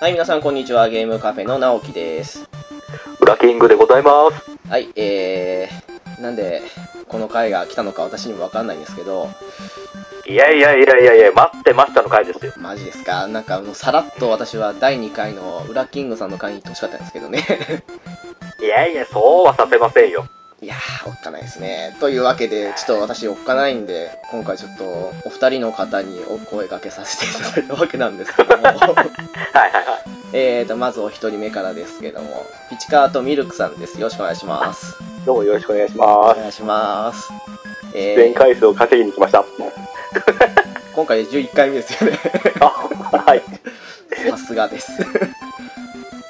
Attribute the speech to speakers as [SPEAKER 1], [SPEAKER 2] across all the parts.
[SPEAKER 1] はい、皆さんこんにちは。ゲームカフェの直樹です。
[SPEAKER 2] ブラキングでございます。
[SPEAKER 1] はい、えー、なんで、この回が来たのか私にもわかんないんですけど、
[SPEAKER 2] いやいやいやいやいや、待ってましたの回ですよ。
[SPEAKER 1] マジですかなんかもうさらっと私は第2回のウラキングさんの回に行ってほしかったんですけどね。
[SPEAKER 2] いやいや、そうはさせませんよ。
[SPEAKER 1] いやー、おっかないですね。というわけで、ちょっと私おっかないんで、今回ちょっとお二人の方にお声掛けさせていただいたわけなんですけども。
[SPEAKER 2] はいはいはい。
[SPEAKER 1] えーと、まずお一人目からですけども、ピチカートミルクさんです。よろしくお願いします。
[SPEAKER 2] どうもよろしくお願いし
[SPEAKER 1] お
[SPEAKER 2] ます。
[SPEAKER 1] 願いします。え
[SPEAKER 2] 前回数を稼ぎに来ました。
[SPEAKER 1] 今回で11回目です よね。
[SPEAKER 2] あ、はい。
[SPEAKER 1] さすがです。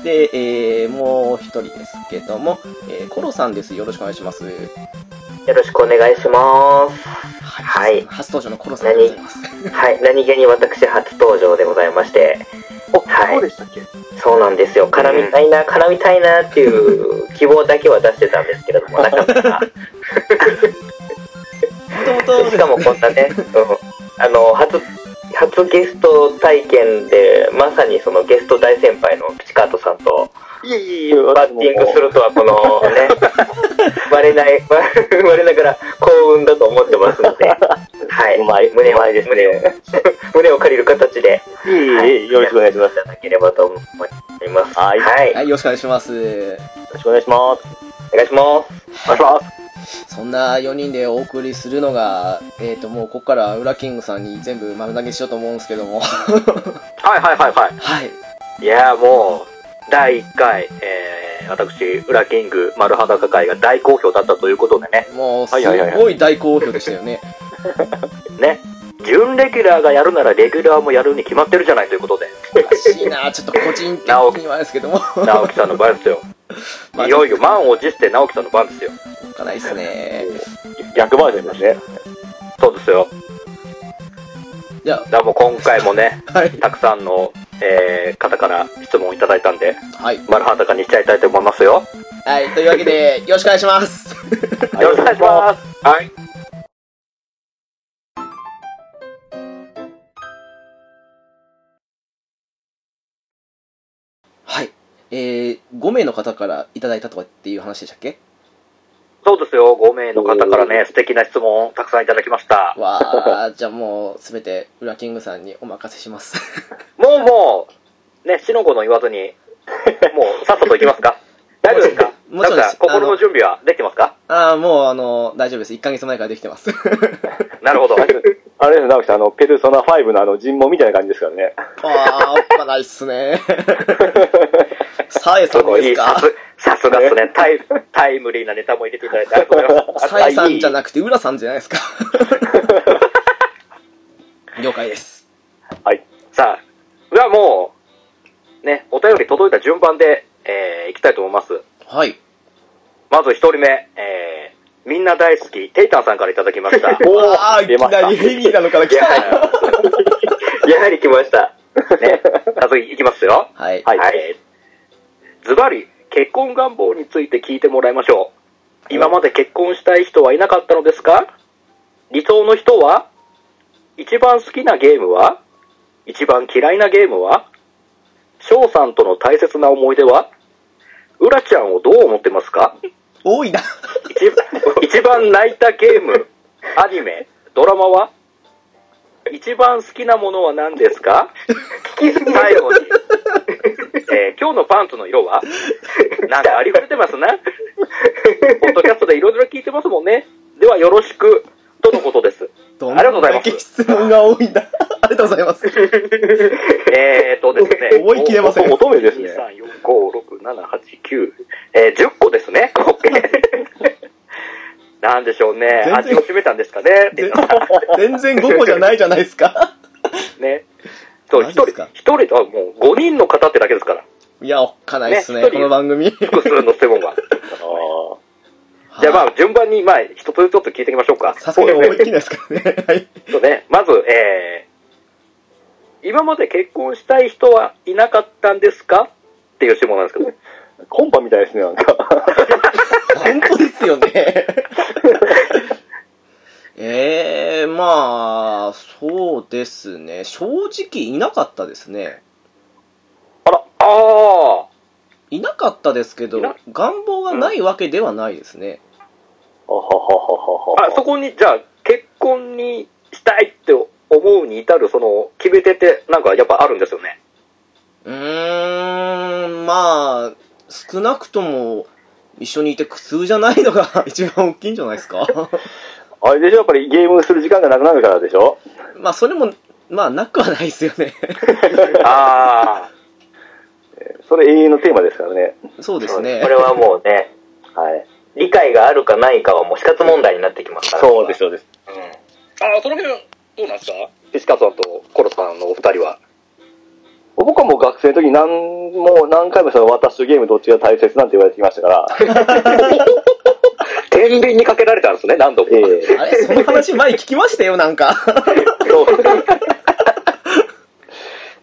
[SPEAKER 1] で、えー、もう一人ですけども、えー、コロさんです。よろしくお願いします。
[SPEAKER 3] よろしくお願いします。
[SPEAKER 1] は
[SPEAKER 3] はい
[SPEAKER 1] 初登場のコロさんでございます。
[SPEAKER 3] はい、何気に私初登場でございまして、
[SPEAKER 2] お、
[SPEAKER 3] はい
[SPEAKER 2] そうでしたっけ
[SPEAKER 3] そうなんですよ、絡みたいな、絡みたいなっていう希望だけは出してたんですけれ ども、なかなか。
[SPEAKER 1] もとも
[SPEAKER 3] し
[SPEAKER 1] と、
[SPEAKER 3] かもこんなね、うん、あの、初、初ゲスト体験で、まさにそのゲスト大先輩のピチカートさんと、
[SPEAKER 2] いえいえいえ、
[SPEAKER 3] バッティングするとはこ のね、バレない、バレながら幸運だと思ってますので、は
[SPEAKER 2] うまい
[SPEAKER 3] い、胸
[SPEAKER 2] うまい
[SPEAKER 3] を、
[SPEAKER 2] です
[SPEAKER 3] 胸を、胸を借りる形で、
[SPEAKER 2] いえいえいえ、よろしくお願いします。
[SPEAKER 3] いただければと思います。
[SPEAKER 2] はい
[SPEAKER 3] はい。
[SPEAKER 1] はい、よろしくお願いします。
[SPEAKER 2] よろしくお願いします。
[SPEAKER 3] お願いします。
[SPEAKER 2] お願いします。
[SPEAKER 1] そんな4人でお送りするのが、えーと、もうここからウラキングさんに全部丸投げしようと思うんですけ ども。
[SPEAKER 2] はいはいはいは
[SPEAKER 1] はい。
[SPEAKER 2] い。いやーもう、第1回、えー、私、裏キング丸裸会が大好評だったということでね、
[SPEAKER 1] もう、す
[SPEAKER 2] はいはいはいはい
[SPEAKER 1] ごい大好評でしたよね。
[SPEAKER 2] ね、準レギュラーがやるならレギュラーもやるに決まってるじゃないということ で、
[SPEAKER 1] おかしいなちょっと個人的にはです けども。
[SPEAKER 2] 直樹さんの番ですよ。
[SPEAKER 1] まあ
[SPEAKER 2] いよいよ満を持して直樹さんの番ですよ。
[SPEAKER 1] おっかないっすね。
[SPEAKER 2] 逆バージョンですね。そうですよ。
[SPEAKER 1] じゃ
[SPEAKER 2] だからもう今回もね、
[SPEAKER 1] あ、はい。
[SPEAKER 2] たくさんの、えー方から質問をいただいたんで、
[SPEAKER 1] はい。
[SPEAKER 2] 丸裸にしちゃいたいと思いますよ。
[SPEAKER 1] はい、というわけ で、よろしくお願いします。
[SPEAKER 2] よろしくお願いします。はい。
[SPEAKER 1] はい。えー、5名の方からいただいたとかっていう話でしたっけ
[SPEAKER 2] そうですよ。5名の方からね、素敵な質問をたくさんいただきました。
[SPEAKER 1] わ あ、じゃあもう、すべて、ウラキングさんにお任せします。
[SPEAKER 2] もうもう、ね、しのごの言わずに、もうさっさと行きます か。大丈夫ですか
[SPEAKER 1] もちろ
[SPEAKER 2] なん
[SPEAKER 1] んです
[SPEAKER 2] か心
[SPEAKER 1] あ
[SPEAKER 2] の
[SPEAKER 1] の
[SPEAKER 2] 準備はできてますか
[SPEAKER 1] ああ、もう、あの、大丈夫です。1ヶ月前からできて ます。
[SPEAKER 2] なるほど。
[SPEAKER 4] あれですね、直樹さん、あの、ペルソナ5のあの、尋問みたいな感じですからね。
[SPEAKER 1] ああ、おっかないっす ね。サエ
[SPEAKER 2] す
[SPEAKER 1] さん
[SPEAKER 2] ごい
[SPEAKER 1] です
[SPEAKER 2] さ
[SPEAKER 1] か
[SPEAKER 2] すさすがですねタイ。タイムリーなネタも入れていただいてありがとうございます。
[SPEAKER 1] サエさんじゃ
[SPEAKER 2] な
[SPEAKER 1] なくて、ウラさんじゃないです か。了解です。
[SPEAKER 2] さあ、じゃあもう、ね、お便り届いた順番で、えー、いきたいと思います。
[SPEAKER 1] はい。
[SPEAKER 2] まず一人目、えー、みんな大好き、テイタンさんからいただきました。ね、
[SPEAKER 4] お
[SPEAKER 1] ああ、い
[SPEAKER 4] 出
[SPEAKER 1] き
[SPEAKER 4] まし
[SPEAKER 1] な
[SPEAKER 4] た。
[SPEAKER 1] りヘビーなのから来た。
[SPEAKER 3] やはり来ました。
[SPEAKER 2] 早速いきますよ。
[SPEAKER 1] はい。
[SPEAKER 4] はい
[SPEAKER 2] えーズバリ、結婚願望について聞いてもらいましょう。今まで結婚したい人はいなかったのですか理想の人は一番好きなゲームは一番嫌いなゲームは翔さんとの大切な思い出はうらちゃんをどう思ってますか
[SPEAKER 1] 多 いな。
[SPEAKER 2] 一一番泣いたゲーム、アニメ、ドラマは一番好きなものは何ですか最後に、えー今日のパンツの色はなんかありふれてますな。ポッドキャストでいろいろ聞いてますもんね。ではよろしく、とのことです。
[SPEAKER 1] どん
[SPEAKER 2] ありがとうござい
[SPEAKER 1] だ
[SPEAKER 2] ます
[SPEAKER 1] け質問が多いんだ。ありがとうございます。
[SPEAKER 2] えーとですね。
[SPEAKER 1] 思い切れません。
[SPEAKER 4] 乙女です
[SPEAKER 2] 1 2
[SPEAKER 4] ね。
[SPEAKER 2] 3 4 5 6 7 8 9えー、10個です ね。なんでしょうね。
[SPEAKER 1] 全然
[SPEAKER 2] 味を占めたんですかね。
[SPEAKER 1] 全全然5個じゃないじゃないですか。
[SPEAKER 2] ね。そう、
[SPEAKER 1] マ
[SPEAKER 2] 一
[SPEAKER 1] ジっ
[SPEAKER 2] 人
[SPEAKER 1] すか、
[SPEAKER 2] 一人とはもう5人の方ってだけですから。
[SPEAKER 1] いや、おっかないっすね、
[SPEAKER 2] ね一人
[SPEAKER 1] この番組。
[SPEAKER 2] 複数の質問が。じゃあまあ、順番に、まあ、一つずつちょっと聞いていきましょうか。
[SPEAKER 1] さすがに思いっきりですからね。はい。
[SPEAKER 2] そうね、まず、えー、今まで結婚したい人はいなかったんですかっていう質問なんですけど、
[SPEAKER 4] あーコンパみたいですね、なんか。
[SPEAKER 1] 本当ですよ ね。ええまあ、そうですね。正直いなかったですね。
[SPEAKER 2] あら、
[SPEAKER 4] あ
[SPEAKER 1] いなかったですけど
[SPEAKER 4] いな、
[SPEAKER 1] 願望がないわけではないですね。
[SPEAKER 2] あはははは
[SPEAKER 4] あ。あ、そこに、じゃあ、結婚にしたいって思うに至る、その、決め手って、なんかやっぱあるんですよね。
[SPEAKER 1] うーん、まあ、少なくとも、一緒にいて苦痛じゃないのが 一番大きいんじゃないですか。
[SPEAKER 2] あれでしょやっぱりゲームする時間がなくなるからでしょ
[SPEAKER 1] まあ、それも、まあ、なくはないですよね。
[SPEAKER 4] ああ。
[SPEAKER 2] それ永遠のテーマですからね。
[SPEAKER 1] そうですね
[SPEAKER 3] こ。れはもうね、
[SPEAKER 2] はい。
[SPEAKER 3] 理解があるかないかはもう死活問題になってきますから。
[SPEAKER 2] そうです、そうです。
[SPEAKER 4] うん。ああ、その辺、どうなんですか石川さんとコロさんのお二人は。
[SPEAKER 2] 僕はもう学生の時に何も何回もその私とゲームどっちが大切なんて言われてきましたから、
[SPEAKER 4] 天秤にかけられたんですね、何度も。
[SPEAKER 2] ええ
[SPEAKER 1] あれその話前聞きましたよ、なんか。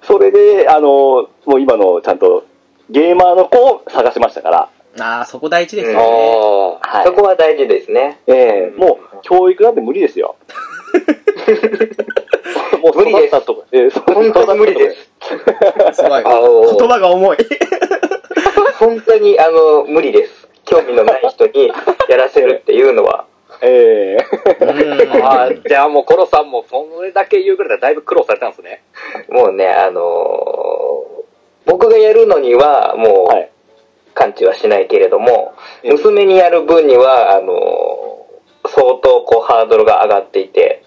[SPEAKER 2] それで、あの、もう今のちゃんとゲーマーの子を探しましたから、
[SPEAKER 1] ああ、そこ大事ですよね。
[SPEAKER 4] ああ。
[SPEAKER 2] はい
[SPEAKER 3] そこは大事ですね。
[SPEAKER 2] ええもう教育なんて無理です よ。もう
[SPEAKER 3] 無理です
[SPEAKER 2] 育ったとこ、ええそ
[SPEAKER 3] 本当に無理です。
[SPEAKER 1] すごい。
[SPEAKER 4] あの
[SPEAKER 1] 言葉が重い。
[SPEAKER 3] 本当に、あの、無理です。興味のない人にやらせるっていうのは。
[SPEAKER 2] ええ
[SPEAKER 4] あーじゃあもうコロさんもそれだけ言うぐらいだだいぶ苦労されたんですね。
[SPEAKER 3] もうね、あのー僕がやるのには、も
[SPEAKER 2] は
[SPEAKER 3] う
[SPEAKER 2] い、
[SPEAKER 3] 完治はしないけれども、
[SPEAKER 2] ええ
[SPEAKER 3] 娘にやる分には、あのー相当こうハードルが上がっていて、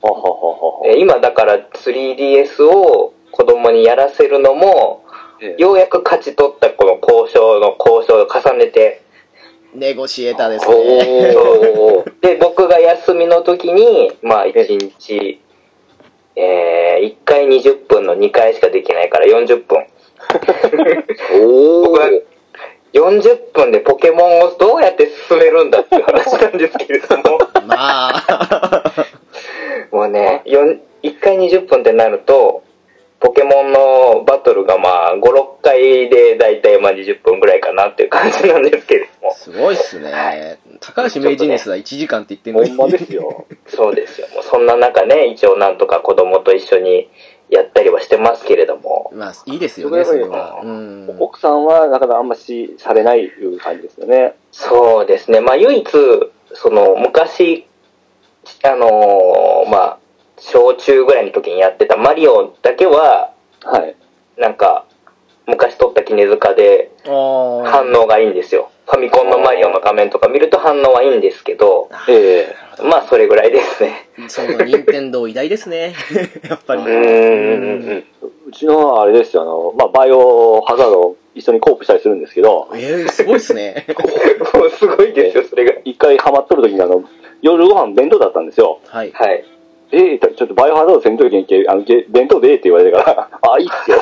[SPEAKER 2] ほうほうほうほうほう
[SPEAKER 3] えー今だから 3DS を子供にやらせるのも、
[SPEAKER 2] ええ
[SPEAKER 3] ようやく勝ち取ったこの交渉の交渉を重ねて、
[SPEAKER 1] うんネゴシエーターですね。
[SPEAKER 3] おーで、僕が休みの時に、まあ1日、えー、1回20分の2回しかできないから40分。
[SPEAKER 4] お
[SPEAKER 3] 僕は
[SPEAKER 4] ー
[SPEAKER 3] 40分でポケモンをどうやって進めるんだっていう話なんですけれど も、
[SPEAKER 1] まあ、
[SPEAKER 3] もうね、1回20分ってなると、ポケモンのバトルがまあ5、6回でだいたいまあ20分ぐらいかなっていう感じなんですけれども、
[SPEAKER 1] すごいっすね。高橋名人ですら1時間って言ってんの
[SPEAKER 2] ほんま
[SPEAKER 1] に。
[SPEAKER 2] ですよ。
[SPEAKER 3] そうですよ。もうそんな中ね、一応なんとか子供と一緒にやったりはしてますけれども、
[SPEAKER 1] まあ、いいですよね、それは。うん。
[SPEAKER 2] 奥さんは、なかなかあんましされないいう感じですよね。
[SPEAKER 3] そうですね、まあ唯一、その昔、あのーまあ、小中ぐらいの時にやってたマリオだけは、
[SPEAKER 2] はい。
[SPEAKER 3] なんか、昔撮った絹塚で
[SPEAKER 1] ああ
[SPEAKER 3] 反。応がいいんですよ。ファミコンのマリオの画面とか見ると反応はいいんですけど、
[SPEAKER 2] ええ
[SPEAKER 3] まあそれぐらいですね。
[SPEAKER 1] そうだ、任天堂偉大ですね。 やっぱり
[SPEAKER 3] う。ーん。
[SPEAKER 2] うちのはあれですよ、あの、まあ、バイオハザードを一緒にコープしたりするんですけど、
[SPEAKER 1] えー、すごいっすね。
[SPEAKER 3] もうすごいですよ、それが。
[SPEAKER 2] 一回ハマっとる時にあの、夜ご飯弁当だったんですよ。
[SPEAKER 1] はい。
[SPEAKER 3] はい。
[SPEAKER 2] ええちょっとバイオハザードせんときにけ、あの、け弁当でええって言われてから、 あ、いいっすよ。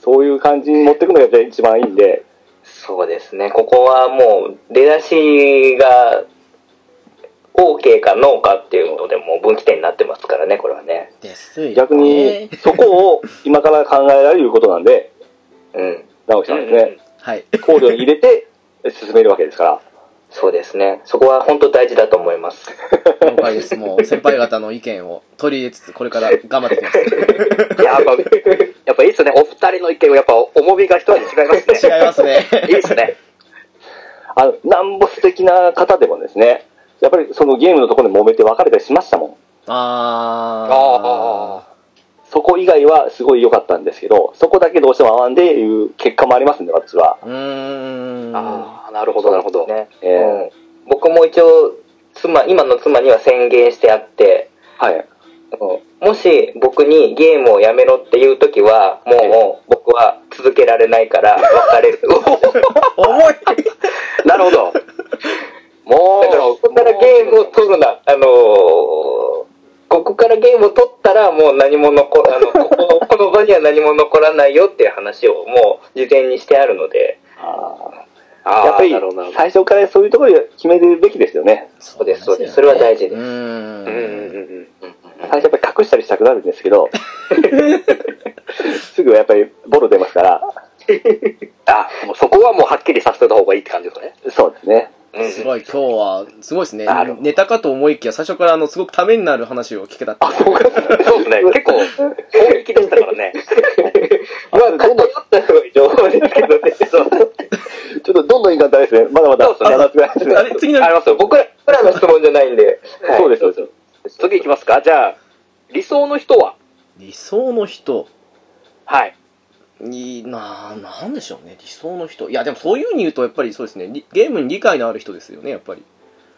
[SPEAKER 2] そういう感じに持ってくのが一番いいんで、
[SPEAKER 3] そうですね。ここはもう、出だしが、OK かノーかっていうので、もう分岐点になってますからね、これはね。
[SPEAKER 1] ですよね。
[SPEAKER 2] 逆に、そこを今から考えられることなんで、
[SPEAKER 3] うん。
[SPEAKER 2] 直したんですね。
[SPEAKER 1] はい。
[SPEAKER 2] 考慮に入れて進めるわけですから。
[SPEAKER 3] そうですね。そこは本当大事だと思います。
[SPEAKER 1] 了解です。もう、先輩方の意見を取り入れつつ、これから頑張っていきま
[SPEAKER 4] いや、やっぱ、やっぱいいっすね。お二人の意見はやっぱ重みが一人違いますね。
[SPEAKER 1] す。違います ね。
[SPEAKER 4] いいっすね。
[SPEAKER 2] あの、なんぼ素敵な方でもですね、やっぱりそのゲームのところで揉めて別れたりしましたもん。
[SPEAKER 1] ああ。
[SPEAKER 2] そこ以外はすごい良かったんですけど、そこだけどうしても合わんでいう結果もありますんで、私は。
[SPEAKER 1] うーん。
[SPEAKER 4] ああ、なるほど、なるほど。
[SPEAKER 3] ね
[SPEAKER 2] えー
[SPEAKER 3] うん僕も一応妻今の妻には宣言してあって
[SPEAKER 2] はい。
[SPEAKER 3] うんもし僕にゲームをやめろっていう時はもう僕は続けられないから別れるだか
[SPEAKER 1] 重い
[SPEAKER 4] なるほ ど。もう、
[SPEAKER 3] らここからゲームを取るなあのーここからゲームを取ったらもう何も残 あのこここの場には何も残らないよっていう話をもう事前にしてあるので
[SPEAKER 4] あー
[SPEAKER 2] やっぱり
[SPEAKER 4] なるほどなるほど
[SPEAKER 2] 最初からそういうところで決めるべきですよね。
[SPEAKER 1] そ
[SPEAKER 3] そうですそうですそれは大事
[SPEAKER 1] う
[SPEAKER 3] です、
[SPEAKER 1] ーん。
[SPEAKER 4] うんうんうんうん。
[SPEAKER 2] 最初やっぱり隠したりしたくなるんです けど、すぐやっぱりボロ出ますから、
[SPEAKER 4] あ、もうそこはもうはっきりさせてた方がいいって感じですね。
[SPEAKER 2] そうですね。
[SPEAKER 3] ううん
[SPEAKER 1] すごい、今日は、すごいですね
[SPEAKER 4] なるほ。ど
[SPEAKER 1] ネタかと思いきや、最初から、あの、すごくためになる話を聞けたっていう。
[SPEAKER 2] そうですね。結構、攻撃でしたから ね。
[SPEAKER 3] まあ、偏ったのが情報ですけどね。 そう
[SPEAKER 4] ちょっとどんどんいかんとあれですね。まだまだ、
[SPEAKER 3] そうそう
[SPEAKER 4] 長くなりますね
[SPEAKER 1] あれ、次の
[SPEAKER 3] あり、ますよ。僕ら、僕らの質問じゃないんで。はい
[SPEAKER 4] そうです、そうです。
[SPEAKER 2] 次いきますか。じゃあ、理想の人は
[SPEAKER 1] 理想の人。
[SPEAKER 2] はい。
[SPEAKER 1] にななんでしょうね理想の人いやでもそういうふうに言うとやっぱりそうですねりゲームに理解のある人ですよねやっぱり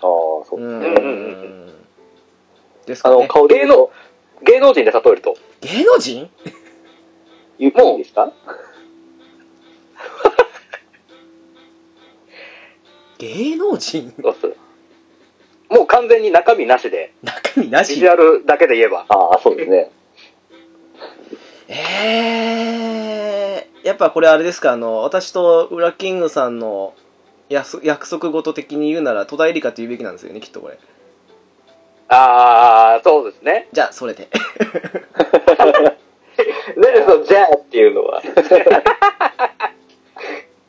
[SPEAKER 4] ああ、そうう。
[SPEAKER 1] ん
[SPEAKER 2] うんうん
[SPEAKER 1] です
[SPEAKER 4] あ
[SPEAKER 1] か
[SPEAKER 4] の、
[SPEAKER 1] ね
[SPEAKER 4] 顔で
[SPEAKER 2] 芸
[SPEAKER 4] 言う
[SPEAKER 2] 能
[SPEAKER 4] と、
[SPEAKER 2] 芸能人で例えると。
[SPEAKER 1] 芸能人
[SPEAKER 4] 言っていいですか
[SPEAKER 1] 芸能人
[SPEAKER 2] どうするもう完全に中身なしで、
[SPEAKER 1] 中身な
[SPEAKER 2] ビ
[SPEAKER 1] し
[SPEAKER 2] ジュアルだけで言えば。
[SPEAKER 4] ああ、そうですね。
[SPEAKER 1] えー、やっぱこれあれですかあの私とウラキングさんのやす約束事的に言うなら戸田恵梨香と言うべきなんですよねきっとこれ
[SPEAKER 2] あー、そうですね。
[SPEAKER 1] じゃあそれで
[SPEAKER 3] なんでその、じゃあっていうのは。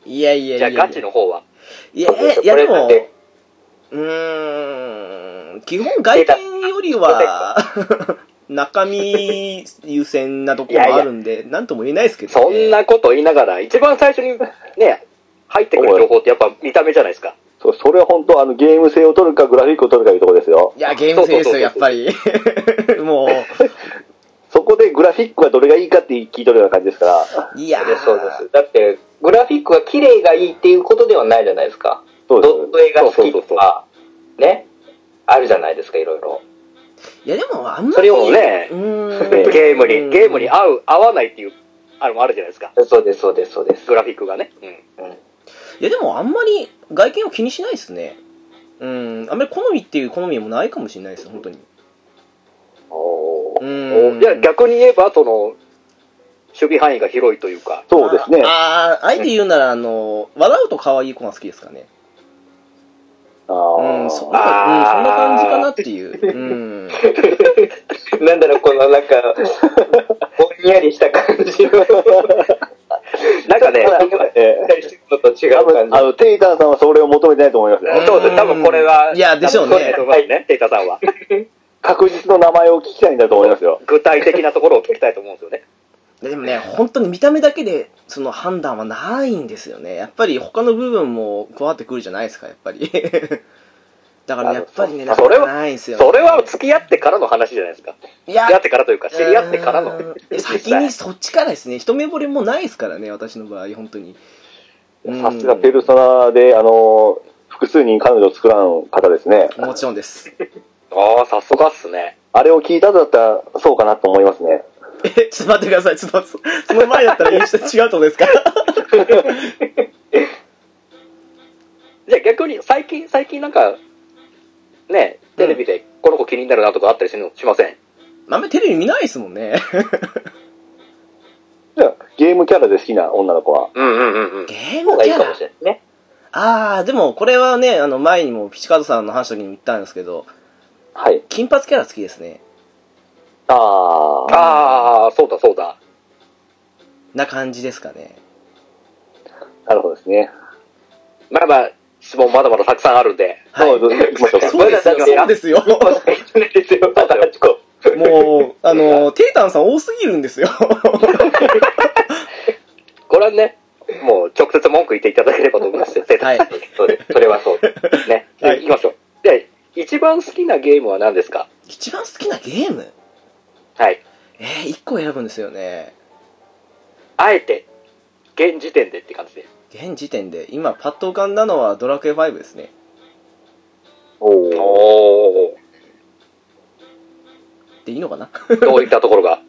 [SPEAKER 1] いやいやい
[SPEAKER 2] じ
[SPEAKER 1] や
[SPEAKER 2] ゃあ、
[SPEAKER 1] いや
[SPEAKER 2] ガチの方は。
[SPEAKER 1] いやえいやでも
[SPEAKER 3] これって
[SPEAKER 1] うーん基本外見よりは 中身優先なところもあるんでなんとも言えないですけど、
[SPEAKER 2] そ
[SPEAKER 1] ね、
[SPEAKER 2] んなこと言いながら、一番最初にね、入ってくる情報ってやっぱ見た目じゃないですか。
[SPEAKER 4] そうそれは本当、あの、ゲーム性を取るか、グラフィックを取るかいうところですよ。
[SPEAKER 1] いやゲーム性ですよやっぱり も
[SPEAKER 4] そこでグラフィックはどれがいいかって聞いとるような感じですから、
[SPEAKER 1] ういや
[SPEAKER 3] そうです、そうです。だって、グラフィックが綺麗がいいっていうことではないじゃないですか。
[SPEAKER 4] そうです
[SPEAKER 3] ドット絵が好きとか、ね。あるじゃないですか、いろいろ。
[SPEAKER 1] いやでもあんま
[SPEAKER 2] そ
[SPEAKER 1] り
[SPEAKER 2] れをね
[SPEAKER 1] う、ーん
[SPEAKER 2] ゲームに、ゲームに合う、合わないっていう、あれもあるじゃないですか。
[SPEAKER 3] そうです、そうです、そうです。
[SPEAKER 2] グラフィックがね。うん。
[SPEAKER 1] いやでもあんまり外見を気にしないですねうんあんまり好みっていう好みもないかもしれないです本当にうーん
[SPEAKER 2] じゃあ逆に言えば、その、守備範囲が広いというか、
[SPEAKER 4] そうですね。あ
[SPEAKER 1] あああえて言うならあの笑うと可愛い子が好きですかねう
[SPEAKER 4] あ
[SPEAKER 1] ん、
[SPEAKER 4] ー、
[SPEAKER 1] そん
[SPEAKER 4] あ
[SPEAKER 1] な、うん、
[SPEAKER 2] あー
[SPEAKER 1] そんな感じかなっていう。うん。
[SPEAKER 3] なんだろう、こ のなんか、ぼんやりした感じの、
[SPEAKER 2] なんかね、
[SPEAKER 4] だからええ
[SPEAKER 3] してるのと違
[SPEAKER 4] 多
[SPEAKER 3] う
[SPEAKER 4] 分あ
[SPEAKER 3] 感
[SPEAKER 4] の、テイタンさんはそれを求めてないと思いますね。
[SPEAKER 2] そうです、多分これは、
[SPEAKER 1] いやでしょうね
[SPEAKER 2] 多分これだと思いますね、テイタさんは。
[SPEAKER 4] 確実の名前を聞きたいんだと思いますよ。
[SPEAKER 2] 具体的なところを聞きたいと思うんですよね。
[SPEAKER 1] でもね、本当に見た目だけで、その判断はないんですよね。やっぱり他の部分も加わってくるじゃないですか、やっぱり。 だからねやっぱりね、な
[SPEAKER 2] あ
[SPEAKER 1] か
[SPEAKER 2] それ
[SPEAKER 1] なか
[SPEAKER 2] は
[SPEAKER 1] ないんですよ、ね。
[SPEAKER 2] それは付き合ってからの話じゃないですか。
[SPEAKER 1] いや
[SPEAKER 2] 付き合ってからというか、知り合ってから の。
[SPEAKER 1] うん先にそっちからですね、一目惚れもないですからね、私の場合、本当に。うん
[SPEAKER 4] さすがペルソナで、あの、複数人彼女を作らん方ですね。
[SPEAKER 1] もちろんです。
[SPEAKER 2] ああ、さすがっすね。
[SPEAKER 4] あれを聞いたんだったら、そうかなと思いますね。
[SPEAKER 1] え、ちょっと待ってください。ちょっと、そその前だったら印象違うと思うんですか
[SPEAKER 2] じゃあ逆に最近、最近なんか、ね、テレビでこの子気になるなとかあったりししません
[SPEAKER 1] あんまりテレビ見ないですもんね。
[SPEAKER 4] じゃあゲームキャラで好きな女の子は。
[SPEAKER 2] うんうんうんうん。
[SPEAKER 1] ゲー
[SPEAKER 3] じ
[SPEAKER 1] ム
[SPEAKER 3] がい
[SPEAKER 1] キ
[SPEAKER 3] い
[SPEAKER 1] ャ
[SPEAKER 3] か
[SPEAKER 1] ラ
[SPEAKER 3] もしれないね。
[SPEAKER 1] ああ、でもこれはね、あの前にもピチカートさんの話の時にも言ったんですけど、
[SPEAKER 4] はい。
[SPEAKER 1] 金髪キャラ好きですね。
[SPEAKER 4] ああ。
[SPEAKER 2] ああ、そうだそうだ。
[SPEAKER 1] な感じですかね。
[SPEAKER 4] なるほどですね。
[SPEAKER 2] まあまあ、質問まだまだたくさんあるんで。
[SPEAKER 1] はい
[SPEAKER 4] どうぞ行きましょう か
[SPEAKER 1] そうですよ、そうですよ。
[SPEAKER 3] ですよ、まだ8個。
[SPEAKER 1] もう、あの、テータンさん多すぎるんですよ。
[SPEAKER 2] これはね、もう直接文句言っていただければと思いますよ。
[SPEAKER 1] はい。
[SPEAKER 2] それそれはそうです。ね。
[SPEAKER 1] は
[SPEAKER 2] はいい、行きましょう。で、一番好きなゲームは何ですか
[SPEAKER 1] 一番好きなゲーム
[SPEAKER 2] はい。
[SPEAKER 1] えー、一個選ぶんですよね。
[SPEAKER 2] あえて、現時点でって感じで。
[SPEAKER 1] 現時点で、今パッと浮かんだのはドラクエ5ですね。
[SPEAKER 4] おお。
[SPEAKER 2] おお。
[SPEAKER 1] でいいの かな
[SPEAKER 2] どういったところが。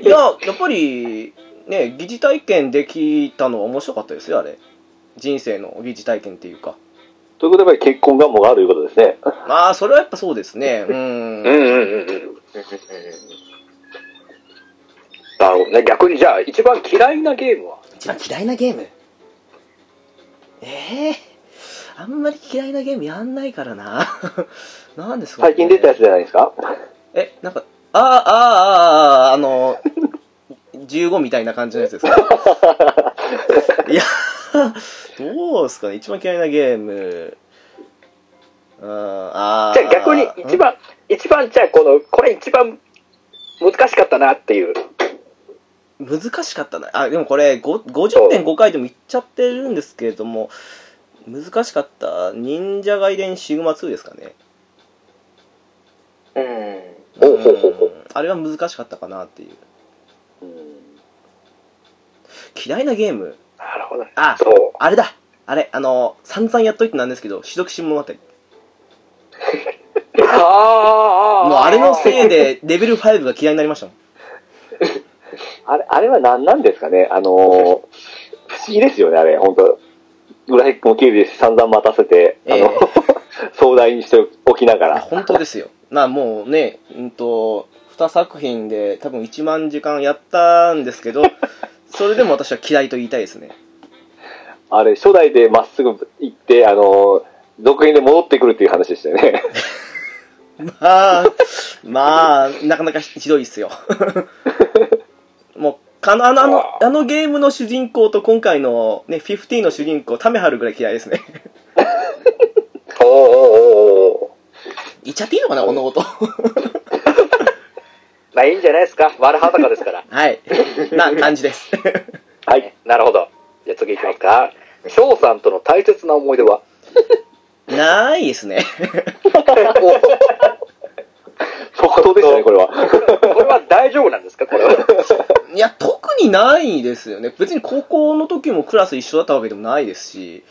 [SPEAKER 1] いや、やっぱり、ね、疑似体験できたのは面白かったですよ、あれ。人生の疑似体験っていうか。
[SPEAKER 4] ということはやっぱり結婚願望があるということですね。
[SPEAKER 1] まあ、それはやっぱそうですね。うん。
[SPEAKER 2] うんうんうんうん。なるほどね。逆にじゃあ、一番嫌いなゲームは
[SPEAKER 1] 一番嫌いなゲームええあんまり嫌いなゲームやんないからな。 なんですか、
[SPEAKER 4] 最近出たやつじゃないですか。
[SPEAKER 1] え、なんか、ああ、ああ、ああ、あの、15みたいな感じのやつで すかいや、どうですかね一番嫌いなゲーム。うん、あー
[SPEAKER 2] じゃあ逆に一番、一番じゃあこの、これ一番難しかったなっていう。
[SPEAKER 1] 難しかったなあでもこれご50.5回でもいっちゃってるんですけれども難しかった忍者外伝シグマ2ですかね
[SPEAKER 3] うん。
[SPEAKER 2] おうほうほうほう
[SPEAKER 1] うんあれは難しかったかなっていう
[SPEAKER 4] うん
[SPEAKER 1] 嫌いなゲーム
[SPEAKER 2] なるほど。
[SPEAKER 1] あ
[SPEAKER 3] そう。
[SPEAKER 1] あれだあれあの散々やっといてなんですけど「死読神物語」
[SPEAKER 2] ああ
[SPEAKER 1] もうあれのせいでレベル5が嫌いになりましたもん
[SPEAKER 4] あれ、あれは何なんですかねあのー、不思議ですよね、あれ、本当グラフィックも綺麗ですし、散々待たせて、あの、
[SPEAKER 1] え
[SPEAKER 4] 壮大にしておきなが
[SPEAKER 1] いや
[SPEAKER 4] ら。
[SPEAKER 1] 本当ですよまあもうねうんと2作品で多分1万時間やったんですけどそれでも私は嫌いと言いたいですね
[SPEAKER 4] あれ、初代でまっすぐ行って、あの、続編で戻ってくるっていう話でしたよね。
[SPEAKER 1] まあ、まあ、なかなかひどいっすよ。 もう、かのあの、あの、あのゲームの主人公と今回のね、50の主人公、タメハルぐらい嫌いですね。
[SPEAKER 3] おおおお
[SPEAKER 1] 言っちゃっていいのかな、このこと。
[SPEAKER 2] まあいいんじゃないですか。丸裸ですから。
[SPEAKER 1] はい。な感じです。
[SPEAKER 2] はい。なるほど。じゃあ次行きますか。翔さんとの大切な思い出は
[SPEAKER 1] ないですね。
[SPEAKER 4] 即答でしたね、これは。
[SPEAKER 2] これは大丈夫なんですかこれは。
[SPEAKER 1] いや、特にないですよね。別に高校の時もクラス一緒だったわけでもないですし、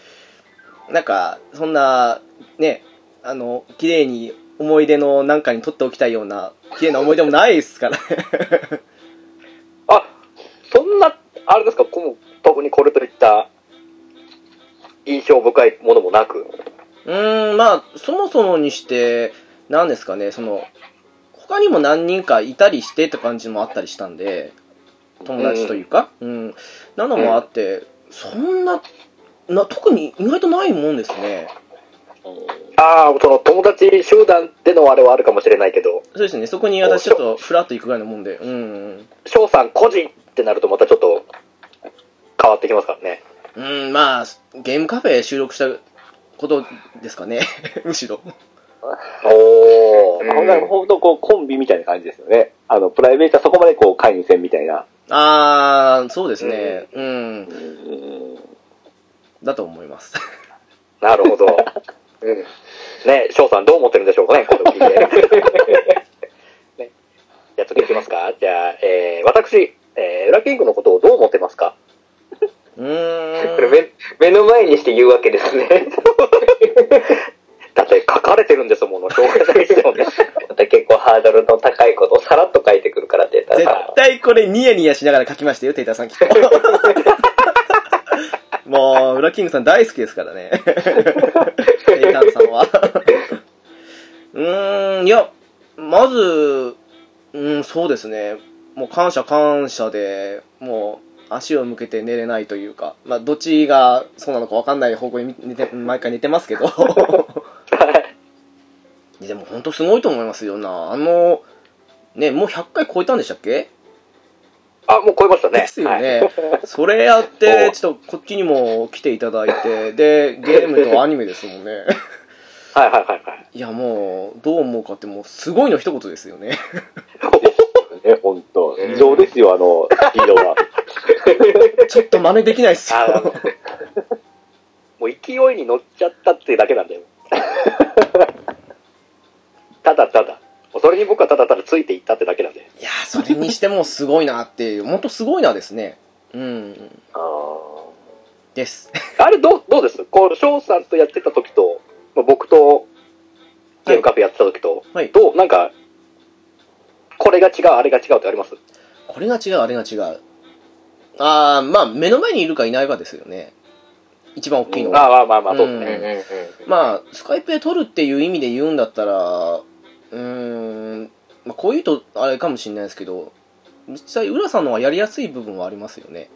[SPEAKER 1] なんか、そんな、ね、あの、綺麗に思い出のなんかに取っておきたいような、綺麗な思い出もないですからね。
[SPEAKER 2] あ、そんな、あれですかこの特にこれといった印象深いものもなく。
[SPEAKER 1] うーん、まあ、そもそもにして、なんですかね、その、他にも何人かいたりしてって感じもあったりしたんで、友達というか、うん、なのもあって、そんな、な、特に意外とないもんですね。
[SPEAKER 2] ああ、その友達集団でのあれはあるかもしれないけど、
[SPEAKER 1] そうですね、そこに私ちょっとフラッと行くぐらいのもんで、うん、
[SPEAKER 2] 翔さん個人ってなるとまたちょっと変わってきますからね。
[SPEAKER 1] うん、うん、まあ、ゲームカフェ収録したことですかね、 むしろ。
[SPEAKER 2] おお、
[SPEAKER 4] ほんならほんとこう、コンビみたいな感じですよね。あの、プライベートはそこまでこう、会員戦みたいな。
[SPEAKER 1] あー、そうですね、うん、
[SPEAKER 4] うん
[SPEAKER 1] だと思い ます。
[SPEAKER 2] なる ほど。ね、翔さんどう思ってるんでしょうかね、これを 聞いて。ね、じゃあ次行きますか。じゃあ、えー、私、えー、裏キングのことをどう思ってますか
[SPEAKER 1] うーん。
[SPEAKER 3] これ目目の前にして言うわけですね。
[SPEAKER 2] だって書かれてるんですもの、紹介 だけしてもね。
[SPEAKER 3] また結構ハードルの高いことをさらっと書いてくるからって言ったら
[SPEAKER 1] 絶対これニヤニヤしながら書きましたよ、テイターさんきっと。もう、ウラキングさん大好きですからね。テイターさんは。うーん、いや、まず、うん、そうですね。もう感謝感謝で、もう足を向けて寝れないというか、まあ、どっちがそうなのかわかんない方向に寝て、毎回寝てますけど。いやでも本当すごいと思いますよな。あの、ね、もう100回超えたんでしたっけ
[SPEAKER 2] あ、もう超えましたね。
[SPEAKER 1] ですよね、 それやってちょっとこっちにも来ていただいてでゲームとアニメですもん ね
[SPEAKER 2] はい。はいはいはいはい。
[SPEAKER 1] いやもうどう思うかってもうすごいの一言ですよね
[SPEAKER 4] ね、ほんと。異常ですよ、あの、スピー ドが。
[SPEAKER 1] ちょっと真似できないっす
[SPEAKER 2] あの
[SPEAKER 1] よ
[SPEAKER 2] もう勢いに乗っちゃったっていうだけなんだよ。 ただただ。もうそれに僕はただただついていったってだけなんで。
[SPEAKER 1] いやそれにしてもすごいなっていう本当すごいなですねうんです
[SPEAKER 2] あれどう、どうですこう、翔さんとやってた時と、まあ僕と、ゲームカフェやってた時と、
[SPEAKER 1] はい
[SPEAKER 2] どう、なんか、これが違う、あれが違うってあります
[SPEAKER 1] これが違うあれが違うああまあ目の前にいるかいないかですよね一番大きいのは
[SPEAKER 2] ああ、まあまあまあ、そうです
[SPEAKER 1] う
[SPEAKER 2] ね。
[SPEAKER 1] んまあ、スカイプで撮るっていう意味で言うんだったら、うーん、まあ、こういうとあれかもしれないですけど、実際、浦さんのはやりやすい部分はありますよね。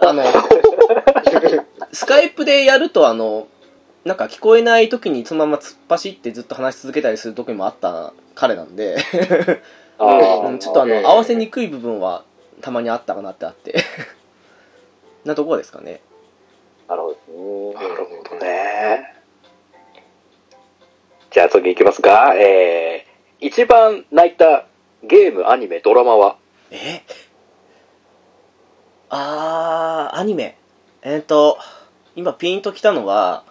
[SPEAKER 1] あの、スカイプでやると、あの、なんか聞こえない時にそのまま突っ走ってずっと話し続けたりする時もあった彼なんで、
[SPEAKER 2] あ
[SPEAKER 1] う
[SPEAKER 2] あ
[SPEAKER 1] んちょっとあ
[SPEAKER 3] ええ
[SPEAKER 1] の、合わせにくい部分はたまにあったかなってあって、 なところですかね。
[SPEAKER 4] なるほどですね。
[SPEAKER 2] なるほどね。続きいきますか。えー、一番泣いたゲーム、アニメ、ドラマは
[SPEAKER 1] えあー、アニメ。えっ、ー、と、今ピンときたのは、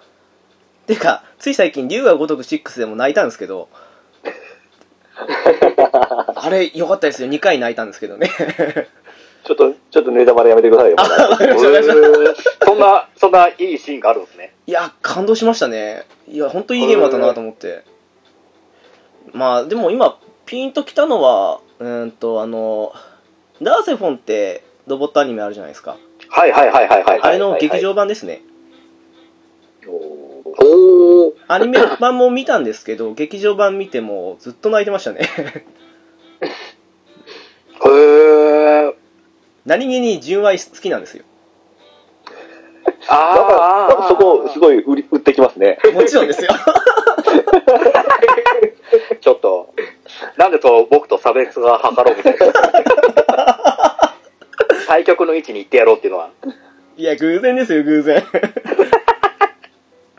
[SPEAKER 1] てか、つい最近、竜が如く6でも泣いたんですけ ど、あれ、良かったですよ。2回泣いたんですけどね。
[SPEAKER 4] ちょっと、ちょっとネタバレやめてくださいよ。まだ
[SPEAKER 2] うーんそんな、そんないいシーンがあるんですね。
[SPEAKER 1] いや、感動しましたね。いや、ほんといいゲームだったなと思って。まあ、でも今、ピンときたのは、うーんと、あの、ダーセフォンってロボットアニメあるじゃないですか。
[SPEAKER 2] はいはいはいはいはい。
[SPEAKER 1] あれの劇場版ですね。
[SPEAKER 3] おお
[SPEAKER 1] アニメ版も見たんですけ ど、劇場版見てもずっと泣いてましたね。
[SPEAKER 2] へー。
[SPEAKER 1] 何気に純愛好きなんですよ。
[SPEAKER 4] なんかなんかそこ、す
[SPEAKER 2] い。
[SPEAKER 4] ごい売り売ってきますね。
[SPEAKER 1] もちろんですよ。
[SPEAKER 2] ちょっと、なんでと僕と差別が図ろうみたい な。対局の位置に行ってやろうっていうのは。
[SPEAKER 1] いや、偶然ですよ、偶 然。